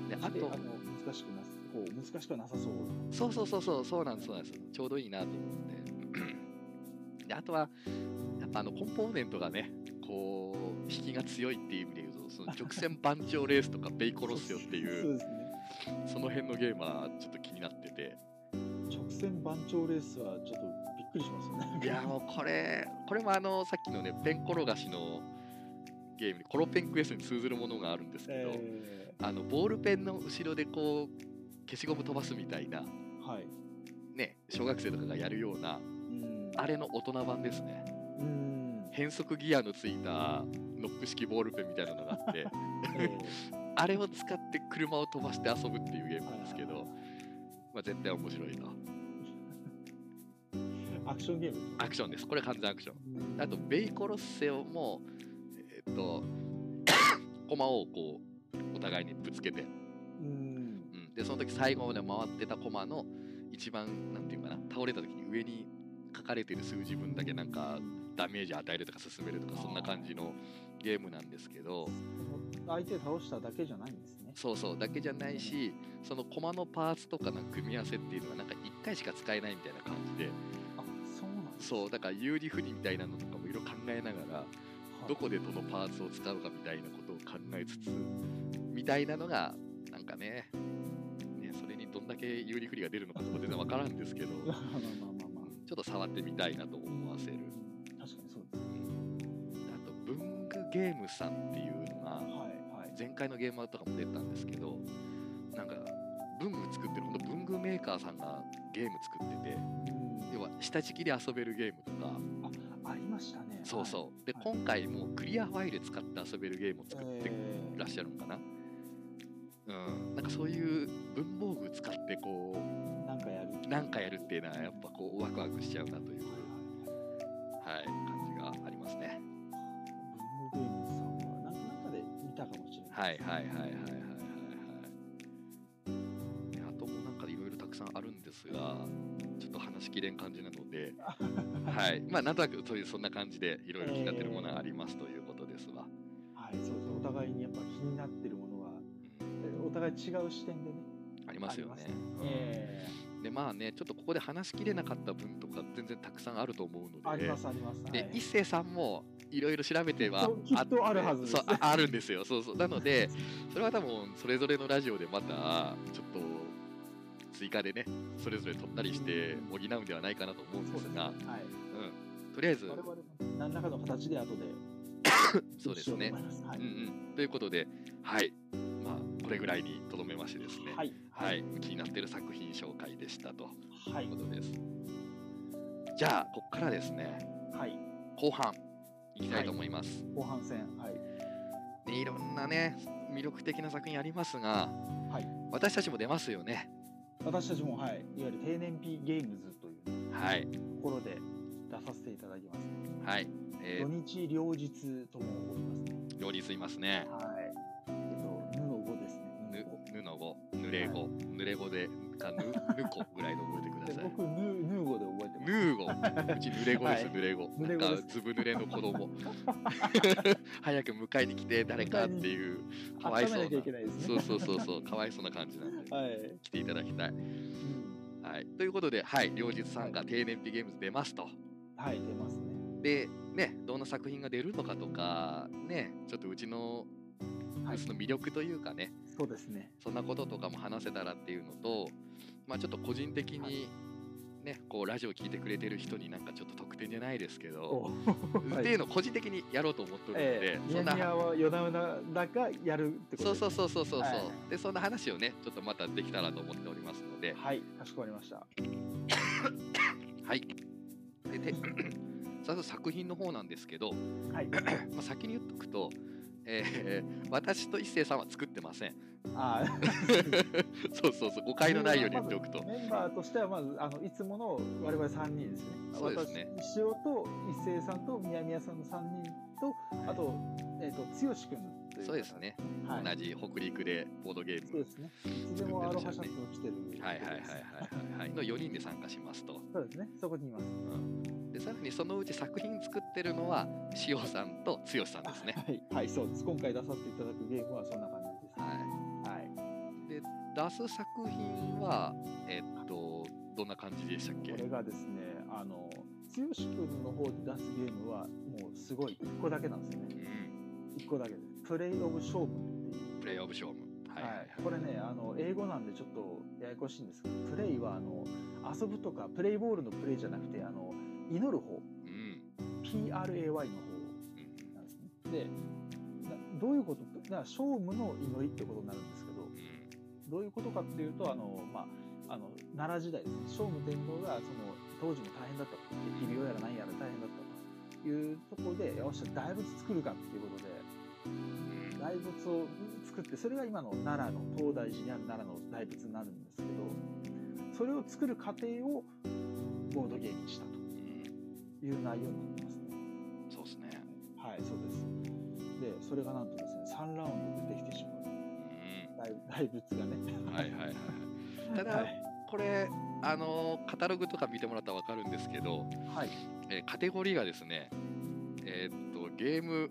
でああととあの難しくなさこう難しくはなさそうそうそうそうそうそうなんですそうなんですちょうどいいなと思って。 (clears throat) であとはやっぱあのコンポーネントがねこう引きが強いっていう意味で言うとその直線番長レースとかベイコロッセオってそ (laughs) いううですねその辺のゲームはちょっと気になってて直線番長レースはちょっとびっくりしますよね。いやもうこれこれもあのさっきのねペン転がしのゲームにコロペンクエストに通ずるものがあるんですけど、えあのボールペンの後ろでこう消しゴム飛ばすみたいな、ーはい。ね、小学生とかがやるようなうんあれの大人版ですねうん。変速ギアのついたノック式ボールペンみたいなのがあってえーあれを使って車を飛ばして遊ぶっていうゲームなんですけど、まあ、絶対面白いと (laughs) アクションゲーム。アクションですこれ完全アクションあとベイコロッセオもえーっと (coughs) 駒をこうお互いにぶつけてうん。うん、でその時最後まで回ってたコマの一番なんていうかな倒れた時に上に書かれてる数字分だけなんかダメージ与えるとか進めるとかそんな感じのゲームなんですけど相手倒しただけじゃないんですね。そうそうだけじゃないしそのコマのパーツとかの組み合わせっていうのはなんか1回しか使えないみたいな感じであ、そうなんですねそうだから有利不利みたいなのとかもいろいろ考えながらはいどこでどのパーツを使うかみたいなことを考えつつみたいなのがなんかねねそれにどんだけ有利不利が出るのかとか全然わからんですけど (laughs) まあまあまあまあまちょっと触ってみたいなと思わせるあ。確かにそうですね。あと文具ゲームさんっていうのがはいはい。前回のゲームとかも出たんですけどなんか文具作ってるほんと文具メーカーさんがゲーム作っててうん要は下敷きで遊べるゲームとかありましたね。そうそうではい今回もクリアファイル使って遊べるゲームを作ってえーらっしゃるのかな、うん、なんかそういう文房具使ってこなんかやる。うなんかやるっていうのはやっぱこうワクワクしちゃうなという、ははいはいはい。い、感じがありますねブルームゲームズさんはなんか中で見たかもしれなはいいですはいね。はいはいはいはいはいねあともなんかいろいろたくさんあるんですがちょっと話しきれん感じなので (laughs) はいまあなんとなくそういうそんな感じでいろいろ気になってるものがありますということですわ、はい、そうです。お互いにやっぱ気になってるものは、うんえお互い違う視点でね。ありますよねありますねえでまあねちょっとここで話しきれなかった分とか全然たくさんあると思うのでーありますあります。で、はい一斉さんもいろいろ調べてはきっときっとあるはずですそうああるんですよそうそうなのでそれは多分それぞれのラジオでまたちょっと追加でねそれぞれ取ったりして補うんではないかなと思うんそでうすですね。がはうい。んとりあえず我々も何らかの形で後で。そうですねしよと思いますはういんうんということではいまあこれぐらいにとどめましてですねはい。。はいい気になってる作品紹介でしたとはいいうこ。とですじゃあここからですねはい。後半いきたいと思います、後半戦。はい。ね、いろんなね魅力的な作品ありますが、はい私たちも出ますよね私たちも、はい。いわゆる定年 P ゲームズというとはいころで出させていただきます。はい、え土ー、日両日ともおりますね。両立いますねはい。えっと、布語ですぬね。布語。ぬの語ぬれ語、ぬれ語でかぬぬこぐらいで覚えてくだでさい。僕ヌーヌーゴで覚えてますヌーゴ。うち濡れ子です、はい濡れ子。濡れな子んでかすずぶ濡れの子 (laughs) 供。早く迎えに来て、誰かっていう。かわいそう温めななきゃいけないですねそうそうそうそう、かわいそうな感じなんで、はい、来ていただきたい。うんはい、ということで、はい、両日参加、定年日ゲームズ出ますと。はい出ますねで、ね、どんな作品が出るのかとか、ね、ちょっとうちの、はういちの魅力というかね、そうですねそんなこととかも話せたらっていうのと、まあ、ちょっと個人的はに、ね、こうラジオ聞いてくれてる人になんかちょっと特典じゃないですけど、おっはていいうのを個人的にやろうと思ってるので、ええ、ミそヤんなミヤは夜な夜なだかやるってことそうですそねうそうそうそうそう、はいでそんな話をねちょっとまたできたらと思っておりますので、はいかしこまりましたはい。で、てさ作品の方なんですけど、はいまあ、先に言っとくと、えー私と一星さんは作ってませ (laughs) ん。あそうそうそう、誤解のないように言っておくとあ。メンバーとしてはまずあのいつもの我々三人ですねそうですね私塩と一斉さんと宮宮さんの三人とあとえっ、と剛くんという方そうですね、はい同じ北陸でボードゲーそうムで。すねいつでもアロハシャツを着てるはいはいはいはいはいはいの4人で参加しますと。そうですねそこにいますでさらにそのうち作品作ってるのは塩さんと剛さんですね。はいはいそうです今回出させていただくゲームはそんな感じですははいい、出す作品はえっとどんな感じでしたっけ？これがですねあの剛君の方で出すゲームはもうすごい1個だけなんですようねん、 1個だけですプレイオブ勝負っていうプレイオブショーム。はいはいはい。これねあの英語なんでちょっとややこしいんですけどプレイはあの遊ぶとかプレイボールのプレイじゃなくてあの祈る方うん。 PRAY の方うんなんですねでなどういうことだから勝務の祈りってことになるんですけどうんどういうことかっていうとあの、まあ、あの奈良時代ですね聖武天皇がその当時も大変だったと疫病やら何やら大変だったというところでよっしゃ大仏作るかっていうことでうん大仏を作ってそれが今の奈良の東大寺にある奈良の大仏になるんですけどそれを作る過程をボードゲームにしたうんという内容になってますね。そうですね。はいそうですでそれがなんとですね3ラウンドでできてしまうう大大 (laughs) 仏がね。ん。はいはいはい。ただはいこれあのーカタログとか見てもらったらわかるんですけど、はいえーカテゴリーがですね、えーっとゲーム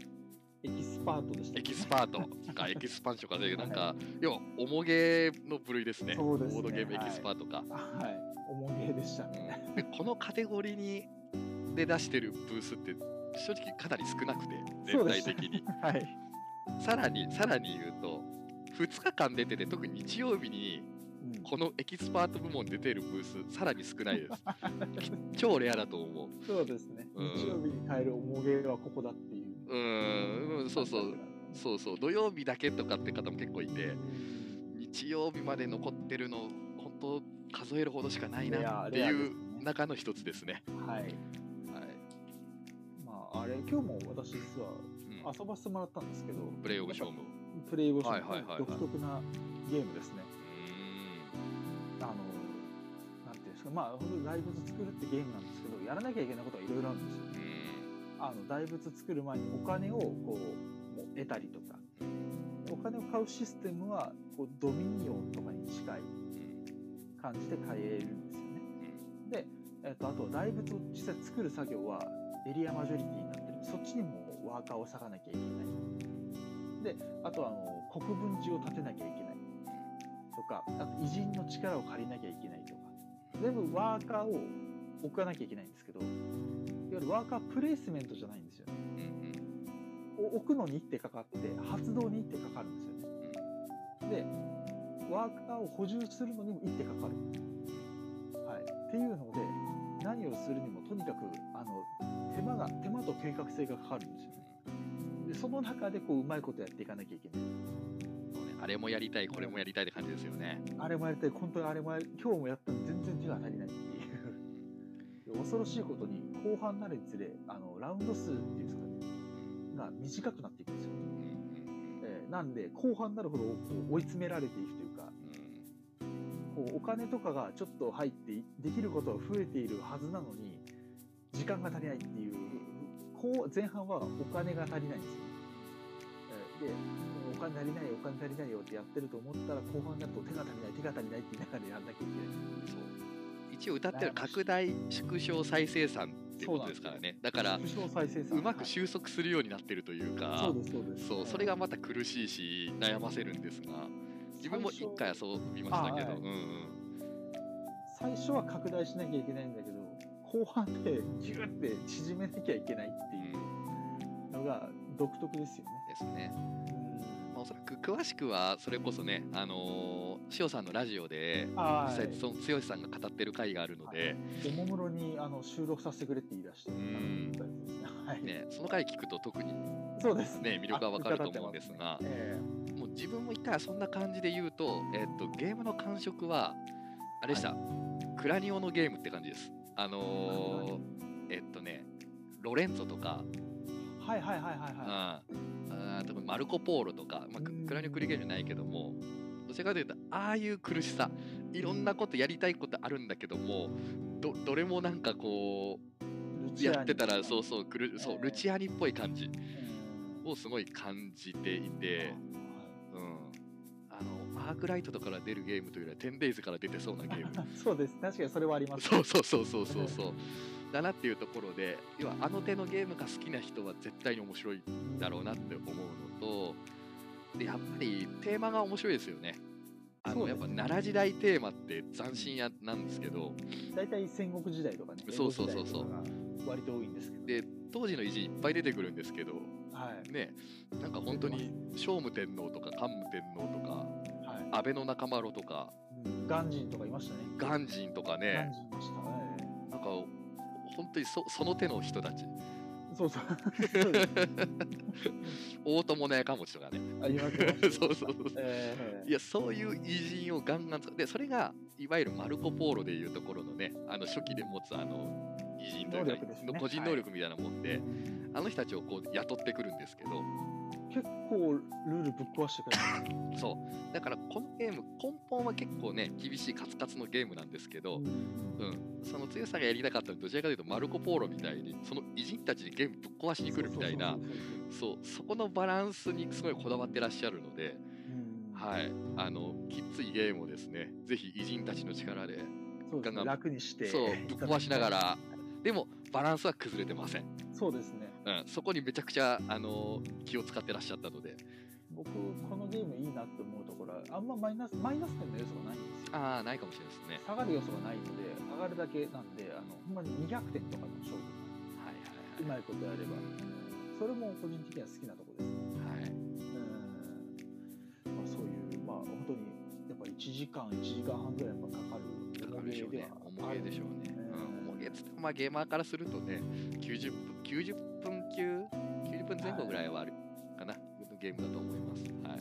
エキスパートでしエたっけキスパートかエキスパンションかでなんか要は重ゲーの部類ですね。そうですねボードゲームエキスパートか。はい、重げでした (laughs) ね。うんでこのカテゴリーにで出してるブースって正直かなり少なくてそ全うで体した的に。はい、さらにさらに言うと2日間出てて特に日曜日にうんこのエキスパート部門出てるブースさらに少ないです (laughs) 超レアだと思うそうですね。うん日曜日に帰る重げはここだっていう。うーんそうそうそうそう土曜日だけとかって方も結構いて日曜日まで残ってるの本当数えるほどしかないレなアってレアいですうね中の一つですねはい。はい、まあ、あれ、今日も私実はうん遊ばせてもらったんですけど、プレイオブショームプレイボーションはいはいはいはい独特なゲームですね。うあの、なんていうんですか、まあ、本当に大仏作るってゲームなんですけど、やらなきゃいけないことはいろいろあるんですよ。ーんうあの、大仏作る前にお金をこう、もう得たりとか、ーんお金を買うシステムは、こう、ドミニオンとかに近いうん感じで買えるんですよね。うんで、えっと、あと大仏を実際作る作業はエリアマジョリティになってるんでそっちにもワーカーを割かなきゃいけないであとはあの国分寺を建てなきゃいけないとかあと偉人の力を借りなきゃいけないとか全部ワーカーを置かなきゃいけないんですけどいわゆるワーカープレイスメントじゃないんですよねうんうんお置くのに1手かかって発動に1手かかるんですよねでワーカーを補充するのにも1手かかる、はい、っていうので何をするにもとにかくあの手間が手間と計画性がかかるんですよねでその中でこううまいことやっていかなきゃいけないそうねあれもやりたいこれもやりたいって感じですよねあれもやりたい本当にあれもやり今日もやったの全然手が足りないっていう恐ろしいことに後半になるにつれあのラウンド数っていうんですかねが短くなっていくんですよ、うんうんえーなんで後半になるほどこう追い詰められていくというかうんこうお金とかがちょっと入ってできることは増えているはずなのに時間が足りないっていうこう前半はお金が足りないんですよ、えーでお金足りないお金足りないよってやってると思ったら後半になると手が足りない手が足りないって言いながらやんなきゃいけないそう一応歌ってる拡大縮小再生産ってことですからねだから縮小再生産うまく収束するようになってるというか、はいそうですそうですそうそれがまた苦しいし悩ませるんですが自分も一回遊びましたけど、あはいうんうん、最初は拡大しなきゃいけないんだけど後半でギュッて縮めなきゃいけないってうんいうのが独特ですよですね、ね。まあ、おそらく詳しくはそれこそねあのー、塩さんのラジオで実は際い、その剛さんが語ってる回があるので、おもむろにあの収録させてくれって言い出して、んあの大丈夫ですねはい、ね、その回聞くと特にねそうです魅力がわかると思うんですがあ伺ってますねえもう自分も一回そんな感じで言うと,、えっとゲームの感触はあれでした、クラニオのゲームって感じです。あのー、えっとねロレンツォとかえはいはいはいはいはうんあー多分マルコ・ポーロとか、まあ、クうんクラニオ・クリゲーじゃないけどもどちらかというとああいう苦しさいろんなことやりたいことあるんだけどもどどれもなんかこい。ルうチアニやってたらそうすそうくるそうええルチアニっぽい感じね。をすごい感じていて、うん、あのアークライトとかから出るゲームというよりは 10days から出てそうなゲームはいそうです。確かにそれはあります。そうそうそうそうそうそうだなっていうところで要はあの手のゲームが好きな人は絶対に面白いだろうなって思うのとでやっぱりテーマが面白いですよね。あそのうやでっぱすね奈良時代テーマって斬新やなんですけど大体戦国時代とかね。そうそうそうそう江戸時代とかが割と多いんですけど。で当時の偉人いっぱい出てくるんですけどはいねなんか本当に聖武天皇とか桓武天皇とかはい。安倍の仲間郎とかうん鑑真とかいましたね。鑑真とか鑑ね真でしたね。なんか本当にそその手の人たちそうそう。 (laughs) そうです大友のやかもちとか (laughs) ねありますね (laughs) そうそうそうええいやそういう偉人をガンガン使ってそれがいわゆるマルコ・ポーロでいうところのねあの初期で持つあの偉人というか能力ですね個人能力みたいなもんで、あの人たちをこう雇ってくるんですけど結構ルールぶっ壊してくれますね。そうだからこのゲーム根本は結構ね厳しいカツカツのゲームなんですけど、うん、その強さがやりたかったのはどちらかというとマルコ・ポーロみたいにその偉人たちにゲームぶっ壊しに来るみたいなそうそうそうそそううそこのバランスにすごいこだわってらっしゃるので、うんはい、あのきついゲームをですねぜひ偉人たちの力で。そうですガンガねン楽にして (laughs) そうぶっ壊しながららでもバランスは崩れてません、そうですねうん、そこにめちゃくちゃ、あの気を使ってらっしゃったので僕このゲームいいなって思うところはあんまマイナスマイナス点の要素がないんですよああないかもしれないですね下がる要素がないので上がるだけなんであのほんまに200点とかの勝負うはいはまいことやればそれも個人的には好きなところですねいはい、はい、うんまあそういうまあ本当にやっぱ1時間1時間半ぐらいやっぱかかるかかるでしょうね重重げげでしょょうね、ううん、ん重げっつってもまあゲーマーからするとね90分90分級90分前後ぐらいはあるかな、ゲームだと思いますはい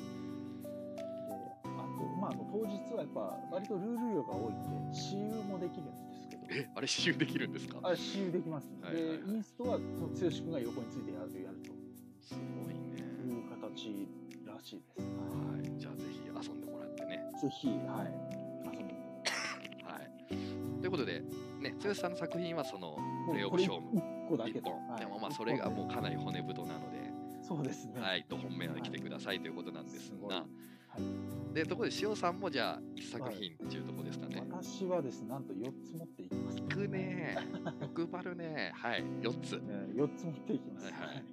あとまああの当日はやっぱ割とルール量が多いんで私有もできるんですけどえあれ使用できるんですかあ私有できます、ねはいはいはいでインストはその剛君が横についてやるやるとすごいねいう形らしいです、はいじゃあぜひ遊んでもらってねぜひはい遊んではいということでね剛さんの作品はそのプレイオこブれ勝一負個だけ一と本はいでもまあそれがも一うかなり骨太なので、本でそうですねはい、と本命は来てくださいということなんですすごいが、はでところで塩さんもじゃあ一作品っていうところですかね。私はですねなんと4つ持っていきますいくね (laughs) ー、欲張るねー、はい、四つ、 4つ持っていきます、はいはい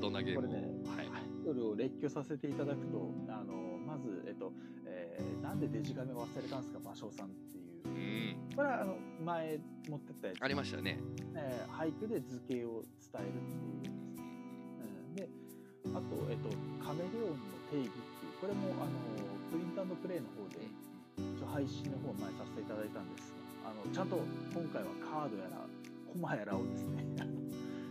どんなゲームを、これねはい、ルールを列挙させていただくとあのまずえっと、えーなんでデジカメ忘れたんですか芭蕉さんっていううん、これはあの前持ってったやつありましたね。えー俳句で図形を伝えるっていう、うん、であと、えっと、カメレオンの定義っていうこれもあのプリントプレイの方で一応配信の方を前させていただいたんですがあのちゃんと今回はカードやらコマやらをですね (laughs) あの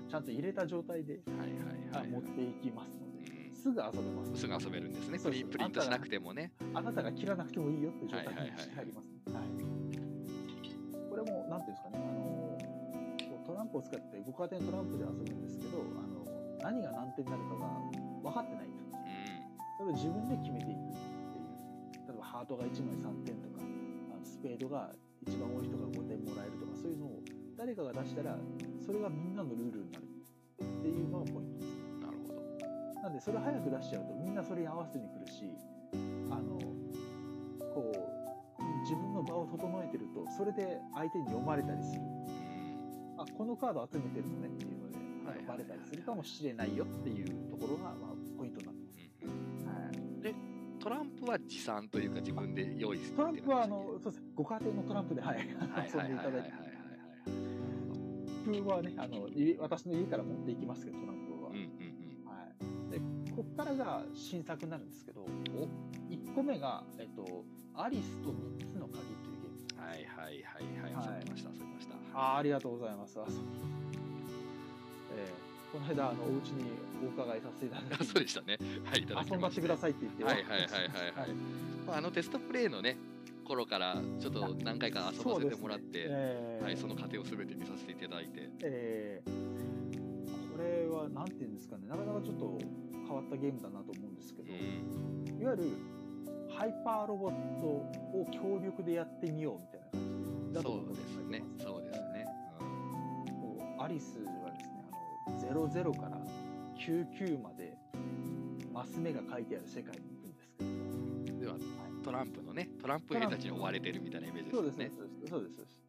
ちゃんと入れた状態で、はいあはいはい、持はっていきますのでいすぐ遊べまうん。すすぐ遊べるんですね。そプうそうリプリントしなくてもね。あなたが切らなくてもいいよって状態はいはいにはいしてあります、はいこれもなんていうんですかねあのこうトランプを使ってご家庭のトランプで遊ぶんですけどあの何が何点になるかが分かってないうんそれを自分で決めていくっていう例えばハートが1枚3点とかあのスペードが一番多い人が5点もらえるとかそういうのを誰かが出したらそれがみんなのルールになるっていうのがポイントですね。なるほど。なんでそれ早く出しちゃうとみんなそれに合わせに来るしあのこう自分の場を整えてるとそれで相手に読まれたりすうるんあこのカード集めてるのねっていうのではいあのバレたりするかもしれないよっていうところが、まあ、ポイントになってうんうんます、トランプは持参というか自分で用意するトランプはあってのいうそうですご家庭のトランプで、はい、感じ遊んでいただはいはいはい (laughs) ていはいはいトランプはねあの家私の家から持っていきますけどトランプは、うんうんはい、でこっからが新作になるんですけどお1個目が、えっと「アリスと3つの鍵」というゲうームんはいはいはいはいはい遊びました遊びましたあーありがとうございます。あそうえーこの間あのお家にお伺いさせていただいあてそうでしたねはいいただき遊んまばっしてたくださいって言ってはいはいはいはいはいまあ、あのテストプレイのね頃からちょっと何回か遊ばせてもらって、えーはい、その過程を全て見させていただいて、えーこれはなんていうんですかねなかなかちょっと変わったゲームだなと思うんですけうど、ん、いわゆるハイパーロボットを協力でやってみようみたいな感じだとそ思うですねそうですね、こうアリスはですねあの00から99までマス目が書いてある世界に行くんですけうどん、でははいトランプのねトランプ兵たちに追われてるみたいなイメージですそうよですねね。そうですそうです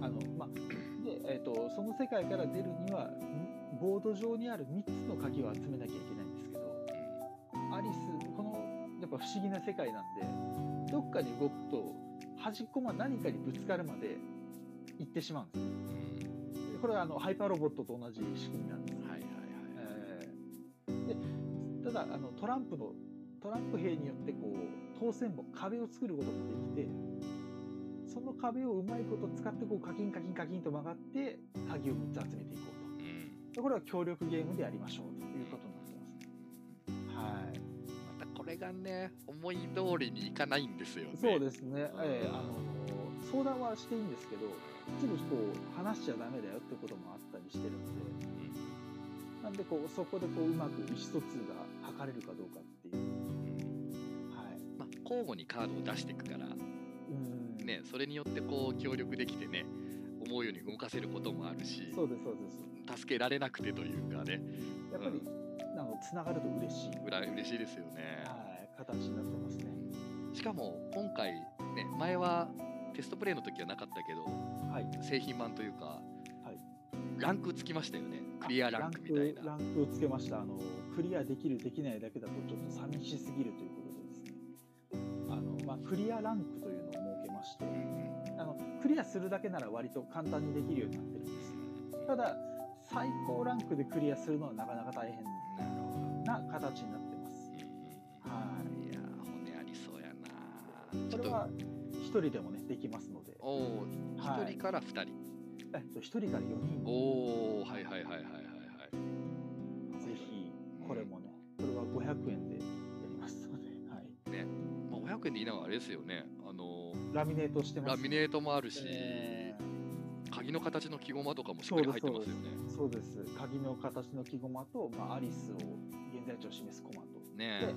あのまあでえっ、とその世界から出るにはんボード上にある3つの鍵を集めなきゃいけないんですけどアリスこのやっぱ不思議な世界なんでどっかに動くと端っこま何かにぶつかるまで行ってしまうんですねうんでこれはあのハイパーロボットと同じ仕組みなんですうんはいはいはいはいえーでただあのトランプのトランプ兵によってこう当選簿壁を作ることもできてその壁をうまいこと使ってこうカキンカキンカキンと曲がって鍵を3つ集めていこううんとでこれは協力ゲームでやりましょうということになってますねはいまたこれがね思い通りにいかないんですよね。。そうですすね、えーあの相談はしていいんですけど一部こう話しちゃダメだよってこともあったりしてるんでなんでこうそこでこううまく意思疎通が図れるかどうかっていううんはいまあ、交互にカードを出していくからうんねそれによってこう協力できてね思うように動かせることもあるしそうですそうです助けられなくてというかねやっぱり、なんかつながると嬉しい、うら嬉しいですよね。はい、形になってますねしかも今回ね前はテストプレイの時はなかったけどはい製品版というか、はいランクつきましたよねクリアランクみたいラなンクランクをつけましたあのクリアできるできないだけだとちょっと寂しすぎるということでですねあの、まあ、クリアランクというのを設けましてうんあのクリアするだけなら割と簡単にできるようになってるんですただ最高ランクでクリアするのはなかなか大変なるほな形になってますど、はうんうん、いやー骨ありそうやないちこょっれとは一人でもねできますのでおおは一い人から二人、えっと一人から四人おおはいはいはいはいはいはいぜひこれもね、これは500円でやりますので、はい、まあ、500円でいいながらあれですよねあのーラミネートしてます。ラミネートもあるし、え鍵の形の木駒とかもしっかり入ってますよねーそうです。鍵の形の木駒と、まあ、アリスを現在地を示す駒と、ねで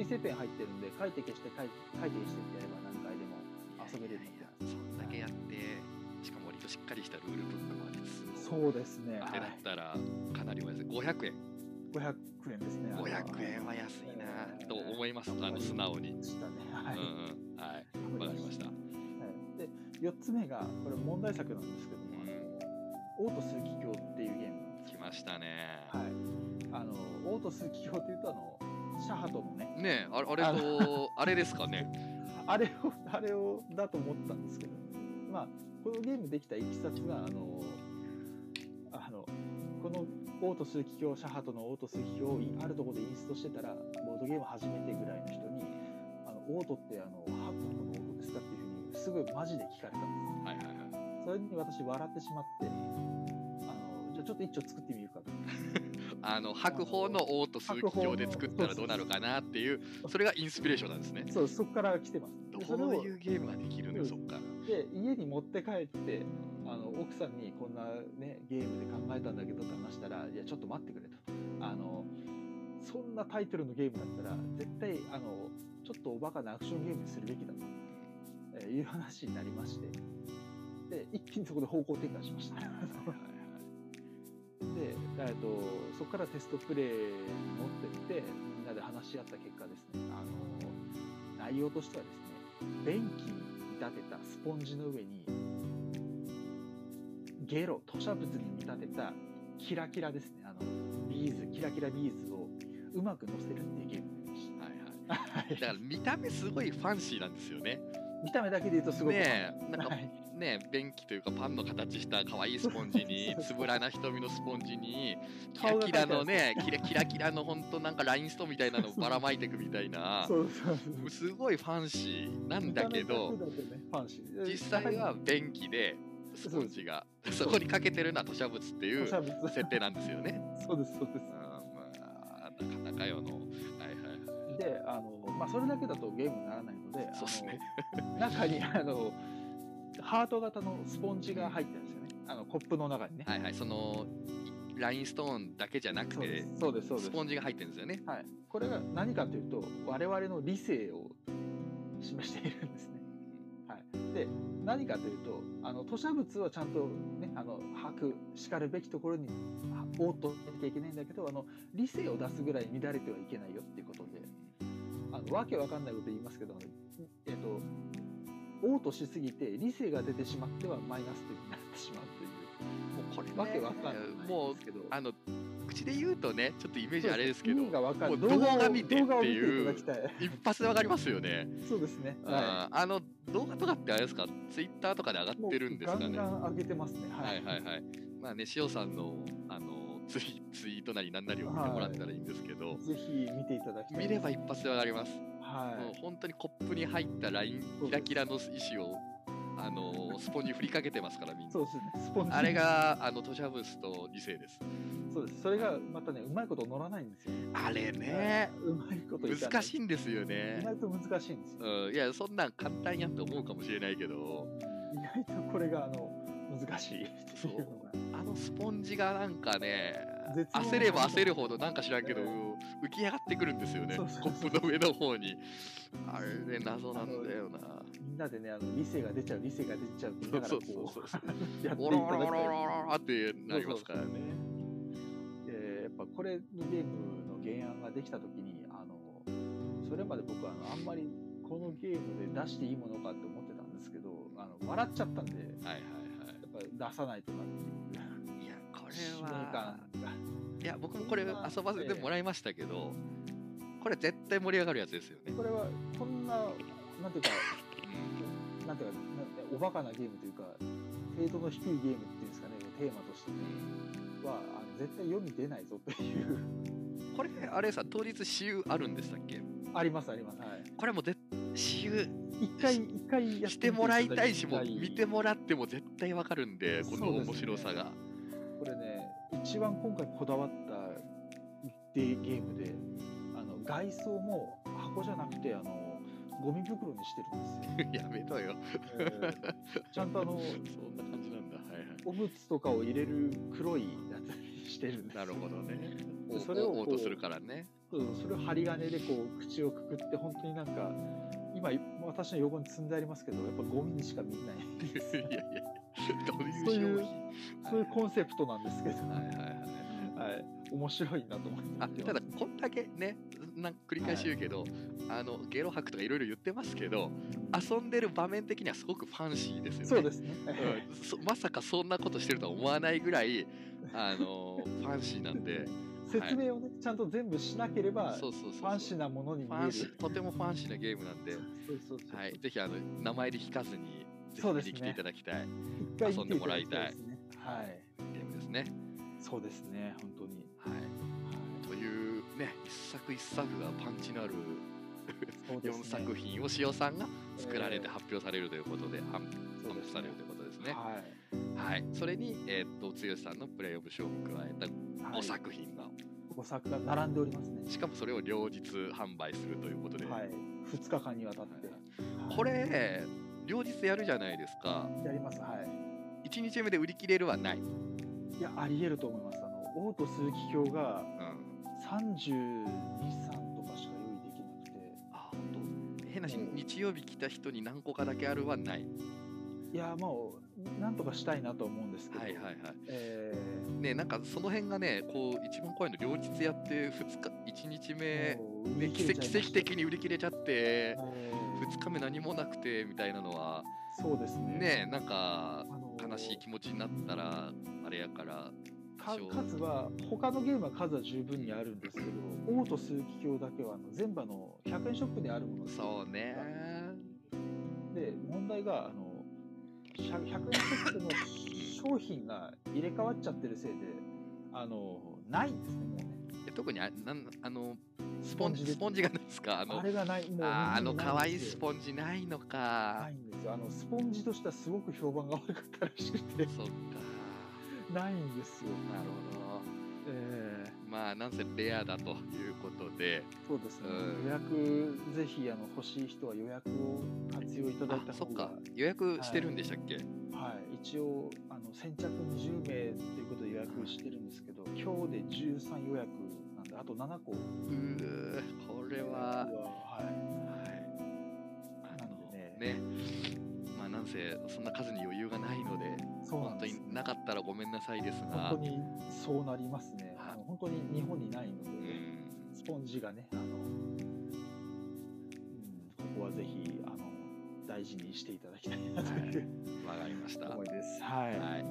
水性ペン入ってるんで、書いて消して書い書いて消してってやれば何回でも。遊べるみたいなそんだけやってしかも割としっかりしたルールブックもありつつそうですね。はあれだいっ、たらかなりお安い500円500円ですね。あの500円は安いなと思いますえーあの素直に、したね。うはんい。うん、はいわかりましたはいで、四つ目がこれ問題作なんですけども、あのオート数奇境っていうゲームなんですけ来ど。ましたね、はい、あのオートス企業というとあのシャハトのねねえあれあれと (laughs) あれですかねあれを (laughs) あれをだと思ったんですけどまあこのゲームできたいきさつがあのあのこのオートス企業シャハトのオートス企業をあるところでインストしてたらボードゲーム始めてぐらいの人に「あのオートってあのハトのオートですか?」っていうふうにすごいマジで聞かれたんですよはいはいはいそれに私笑ってしまってあのじゃあちょっと一丁作ってみるかとあの白鵬のオート数奇境で作ったらどうなるかなっていうそれがインスピレーションなんですねそうそこから来てますどでそれうをいうゲームができるのよそっからで家に持って帰ってあの奥さんにこんな、ね、ゲームで考えたんだけどって話したら「いやちょっと待ってくれ」とあのそんなタイトルのゲームだったら絶対あのちょっとおバカなアクションゲームにするべきだと、えーいう話になりましてで一気にそこで方向転換しましたで、えっと、そこからテストプレイに持ってってみんなで話し合った結果ですねあの内容としてはですね「便器に立てたスポンジの上にゲロ吐砂物に見立てたキラキラですねあのビーズキラキラビーズをうまく乗せるっていうゲームでしいた、はい (laughs) だから見た目すごいファンシーなんですよね。見た目だけで言うとすごくねえなんかはいね便器というかパンの形した可愛いスポンジ (laughs) につぶらな瞳のスポンジにキラ顔がキラの描ねキいてラキラキラのほんとなんかラインストーンみたいなのをばらまいてくみたいなそうそうそうすごいファンシーなんだけど見た目だけだとねファンシー実際は便器でスポンジがそこにかけてるのは吐砂物っていう設吐砂 (laughs) 物定なんですよね。そうですそうですうんまあなかなかよのはいはいはいであの、まあ、それだけだとゲームにならないのでそうっすねあの (laughs) 中にあのハート型のスポンジが入ってるんですよねあのコップの中にね、はいはい、そのいラインストーンだけじゃなくそうでてすそうですそうですスポンジが入ってるんですよね。はい、これが何かというと我々の理性を示しているんですね。はい、で何かというとあの吐砂物はちゃんと、ね、あの吐くしかるべきところにあおっとやらなきゃいけないんだけどあの理性を出すぐらい乱れてはいけないよっていうことであのわけわかんないこと言いますけど、えっと、おうとしすぎて理性が出てしまってはマイナス点になってしまうというもうこれわけわかんないんもうですけど。あの口で言うとねちょっとイメージあれですけど意味がわかもるう動画動画を見て動画をって見ていういただきたい。一発でわかりますよね。そうですね。うんあの動画とかってあれですかツイッターとかで上がもっうてるんですかね。ガはンガン上げてますね。はいい。はいはい。まあね塩さんのあのツイツイートなりなんなりを見てもらったらいいんですけど、ぜひ見ていただきたい。見れば一発でわかります。もはう本当にコップに入ったラインキラキラの石をあのスポンジに振りかけてますからみんい。なそう。ですね。スポンジ。あれ。があのトシャブスと理性です。そうです。それがまたね、うまいこと乗らないんですよ。あれね、うまいこといかない。難しいんですよ意ね。外と難しいんですよ。うん、いやそんなん簡単やと思うかもしれないけど、意外とこれがあの難しいっていうのが。あのスポンジがなんかね、絶妙な焦れば焦るほどなんか知らんけどええ浮き上がってくるんですよね。そうそうコップの上の方に。あれ謎なんだよな。みんなでね、あの理性が出ちゃう、理性が出ちゃうって言いながらこそうそうそうう (laughs) やっていおたろおろだおろおきたいろ。おろってなりますからね。えーやっぱこれのゲームの原案ができた時にあのそれまで僕はあのあんまりこのゲームで出していいものかって思ってたんですけどあの笑っちゃったんでやはいはいはい。っぱ出さないとなっていういやこれ使命は感がいや僕もこれ遊ばせてもらいましたけど、これ絶対盛り上がるやつですよね。これはこんななんていうかうんなんていうかなんておバカなゲームというか程度の低いゲームっていうんですかねテーマとしてはあの絶対世に出ないぞというこれあれさ当日私有あるんでしたっけありますありますはいこれもぜ私有一回一回やっしてもらいたいしもう見見てもらっても絶対わかるんでこのそうですね面白さが、 (laughs) これね一番今回こだわったデーゲームであの外装も箱じゃなくてあのゴミ袋にしてる (laughs) んやめとよですよ、えーちゃんとあのそんな感じなんだはいはいおむつとかを入れる黒いやつにしてるんですよなるほどねでそそれれををオこーうトするからね (laughs) そうそれを針金でこう口をくくって本当になんか今私の横に積んでありますけどやっぱゴミにしか見いやえないいやいやどうそういいうう商そういうコンセプトなんですけど、品はいはいはいはい、面白いなと思ってあ見てますただこんだけねなん繰り返し言うけど、あのゲロ吐くとかいろいろ言ってますけど遊んでる場面的にはすごくファンシーですよねそうですね、うんそまさかそんなことしてるとは思わないぐらいあのファンシーなんで説明をね、ちゃんと全部しなければそうそうそうそうファンシーなものに見フえァンる。シーとてもファンシーなゲーム (laughs) なんで、そうそうそう。はい、ぜひあの名前で引かずにぜそうでひすね見に来ていただきたい一回遊んでもらいたい見てだきたいですねゲームですね。はい。そうですね、本当に。はい、というね一作一作がパンチのあるそうですね4作品を塩さんが作られてえー発表されるということで、販そう販で売すされねるということですね。はいはい、それに、えーっと剛さんのプレイオブ賞を加えたはい。 5作品が、五作が並んでおりますね。しかもそれを両日販売するということで、はい。二日間にわたって。これ両日やるじゃないですかやります。はい。 1日目で売り切れるはない、うんいや、あり得ると思います。あの、王と鈴木卿が三十二三とかしか用意できなくて。あ本当変なしうん日曜日来た人に何個かだけあるはないいや、もう、なんとかしたいなと思うんですけど。はいはいはいえーねなんかその辺がねこう一番怖いの両日やって2日1日目もう売ねり奇切れ跡ちゃいました奇跡的に売り切れちゃってえー2日目何もなくてみたいなのはそうですねねなんかあの悲しい気持ちになったらあれやからか数は他のゲームは数は十分にあるんですけど「王と数奇鏡」だけはあの全部あの100円ショップであるものですそうねで問題があのしゃ100円ショップの商品が入れ替わっちゃってるせいであのないんですねもうねえ特にあなんあのスポンジスポンジがないですかあのあれがないもうあーあの可愛いスンポンジないのジなかいんですよあのスポンジとしてはすごく評判が悪かったらしくてそっかないんですよなるほどええまあなんせレアだということでそうですね、うん予約ぜひあの欲しい人は予約を活用いただいあたそ方っがか予約してるんでしたっけ、はい、一応あの先着20名ということで予約してるんですけど、今日で13予約なんであと7個うーこれはははいあのなんでねまあなんせそんな数に余裕がないのでいそうな本ん当ですになかったらごめんなさいですが本当にそうなりますねはいあの本当に日本にないので、うんスポンジがねあの、うん、ここはぜひあの大事にしていただきたいなというわかりました思いですはい、はいはい、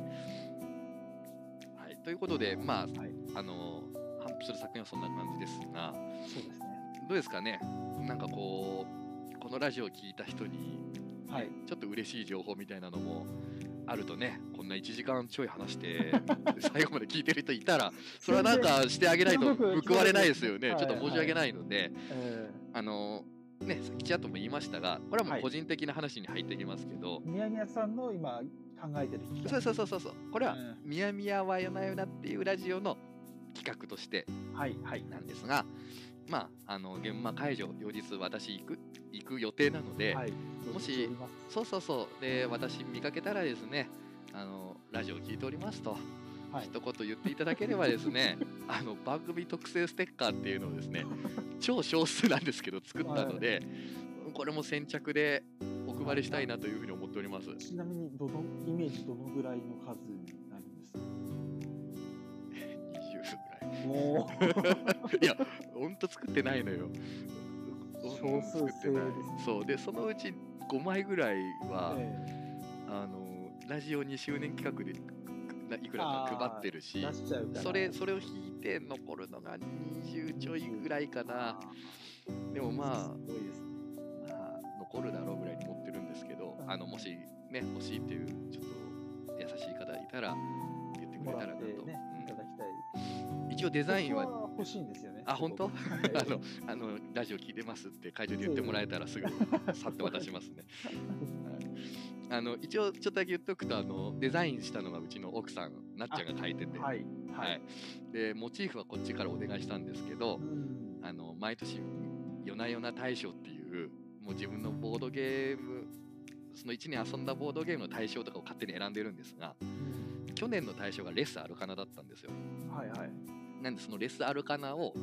はい、ということでまはい、ああの反復する作品はそんな感じですがそうですねどうですかねなんかこうこのラジオを聞いた人にはいちょっと嬉しい情報みたいなのもあるとねこんな1時間ちょい話して (laughs) 最後まで聞いてる人いたらそれはなんかしてあげないと報われないですよねちょっと申し訳ないのでえあのねさっきちらっとも言いましたがこれはもはうい個人的な話に入ってきますけど、ー、みやみやさんの今考えてる企画そうそうそうそうそうこれはうん「みやみやは夜な夜な」っていうラジオの企画としてはいはいなんですがまああの現場会場両日私行く行く予定なので、はい、もし承知ておりますそうそうそうで私見かけたらですねあのラジオ聞いておりますと、はい一言言っていただければですね (laughs) あの番組特製ステッカーっていうのをですね超少数なんですけど作ったので、これも先着でお配りしたいなというふうに思っております。ちなみにどのイメージどのぐらいの数になるんですか。 20お (laughs) お、ぐらいいやほんと作ってないのよ。少数作ってない精鋭ですねそうでそのうち5枚ぐらいは、えあのラジオ2周年企画でくいくらか配ってるえし出しちゃうから。それそれを引いて残るのが20ちょいぐらいかなでもまあすごいですね。まあ残るだろうぐらいに持ってるんですけどうんあのもしね欲しいっていうちょっと優しい方いたら言ってくれもたららっなてと、ね、いただきたい。うん一応デザインは僕欲しいんですよね。あ本当すごく (laughs) あのあのラジオ聞いてますって会場で言ってもらえたらすぐ去って渡しますね。はいあの一応ちょっとだけ言っとくとあのデザインしたのがうちの奥さんなっちゃんが書いてて、はいははいい。でモチーフはこっちからお願いしたんですけどう、んあの毎年夜な夜な大賞っていうもう自分のボードゲームその1年遊んだボードゲームの大賞とかを勝手に選んでるんですが去年の大賞がレスアルカナだったんですよ。はいはい。なんでそのレスアルカナをこ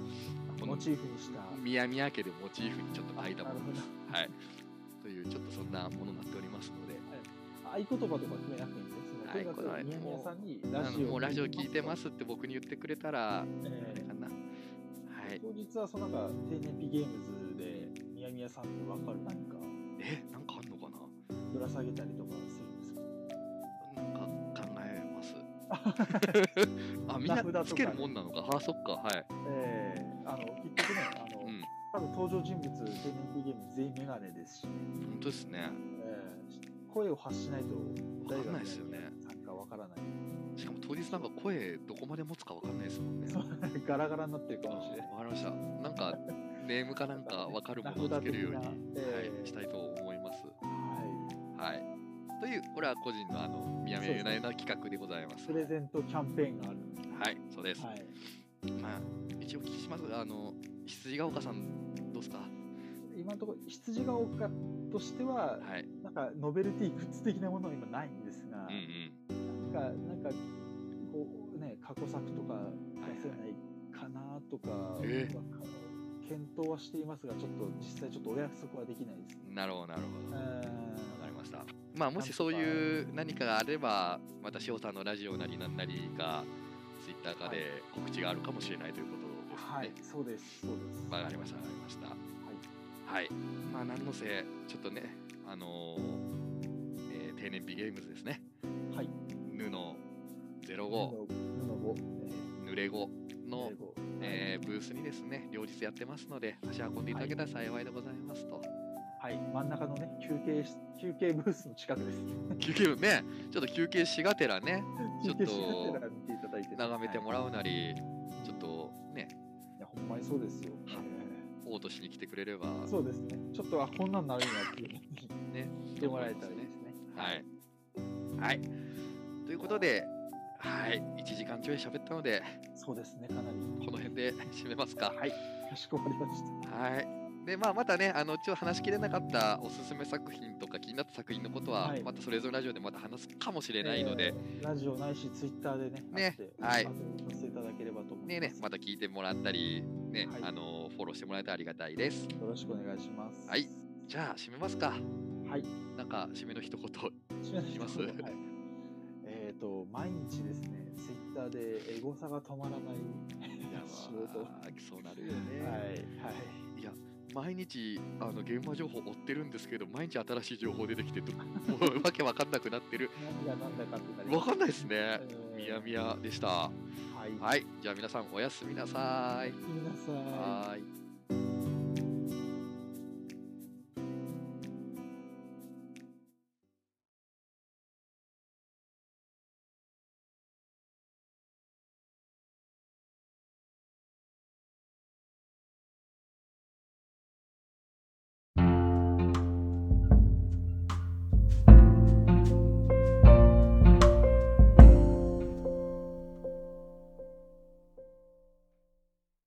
モのチーフにした。ミヤミヤ家でモチーフにちょっと描いたなもるのほです。ど。はい。というちょっとそんなものになっておりますので、合言葉とか決めなくていいんですね。はいとにかく宮宮さんにラあジのオ。もうラジオ聞いてますすって僕に言ってくれたら、ええかな。はい。当日はそのなんか定年ピゲームズでミヤミヤさんってわかる何かえ、なんかあんのかぶら下げたりとかするんですか。な。なんか考え (laughs) ます。あ、みん名札とかなねつけるもんなのか。あ、そっか。はい。ええあの結局ねあの、うん。多分登場人物定年ピゲームズ全員メガネですし、ね本当ですね。ええ声を発しないとわかんないですよね。参加わ (laughs) からない。しかも当日なんか声どこまで持つかわかんないですもんね。そうガラガラになってるあかもしれない。わかりました。なんかネームかなんかわかるものをつけるように、名は札的なえーい、したいと思います。ははい。という、これは個人のあの、みやみやゆなゆな企画でございまい。す。プレゼントキャンペーンがある。はい、そうです。はい。まあ、一応お聞きしますが、あの、羊ヶ丘さん、どうですか今のところ羊が多かとしては、はい。なんかノベルティグッズ的なものは今ないんですが、うんうん。なんか、なんか、こうね、過去作とか出せないかなとか、え検討はしていますが、ちょっと実際ちょっとお約束はできないですね。なるほど、なるほうど。わかりんました。まあ、もしそういう何かがあれば、また塩さんのラジオなりなんなりか、ツイッターかで告知があるかもしれないということですね。はい、そうです、そうです。わかりました、わかりました。はいはい。まあ、なんのせい、ちょっとね、あのーえー、定年日ゲームズですね。はい。布05、布を濡れ子の、ええーブースにですね、両日やってますので、足運んでいただけたら幸いでございますと。 (laughs) ーはい、真ん中のね休憩し休憩ブースの近くです。休憩部ね、ちょっと休憩しがてらね、ちょ休っと憩しながら見ていただいて、眺めてもらはうなり、ちょっとね、い、いやほんまにそうですよ。はいえオートしに来てくれれば、ーそうですね。ちょっとあこんなんなるんやっていうね、言ってもらえたらいいですね。はい。。はい。ということで、はい、1時間ちょい喋ったので、そうですね。かなりこの辺で締めますか。はい。かしこまりました。はい。で、まあ、またね、あの、ちょっと話しきれなかったおすすめ作品とか気になった作品のことは、はいまたそれぞれラジオでまた話すかもしれないので、えーラジオないしツイッターでね。ねは会いってあのさせていただければと思います。ねえねえ、また聞いてもらったり、ね、はいあの、フォローしてもらえたらありがたいです。よろしくお願いします。はい。じゃあ、締めますか。はい。なんか、締めの一言。いきますはい、えっ、と、毎日ですね、ツイッターでエゴサが止まらない (laughs) 仕事。はまあそうなるよい。ね。はい。いや毎日あの現場情報追ってるんですけど毎日新しい情報出てきてともうわけわかんなくなってる何が何だかってなりわますかんないですねえーみやみやでしたはい。。はいいじゃあ皆さんおやすみなさい皆さん。はーい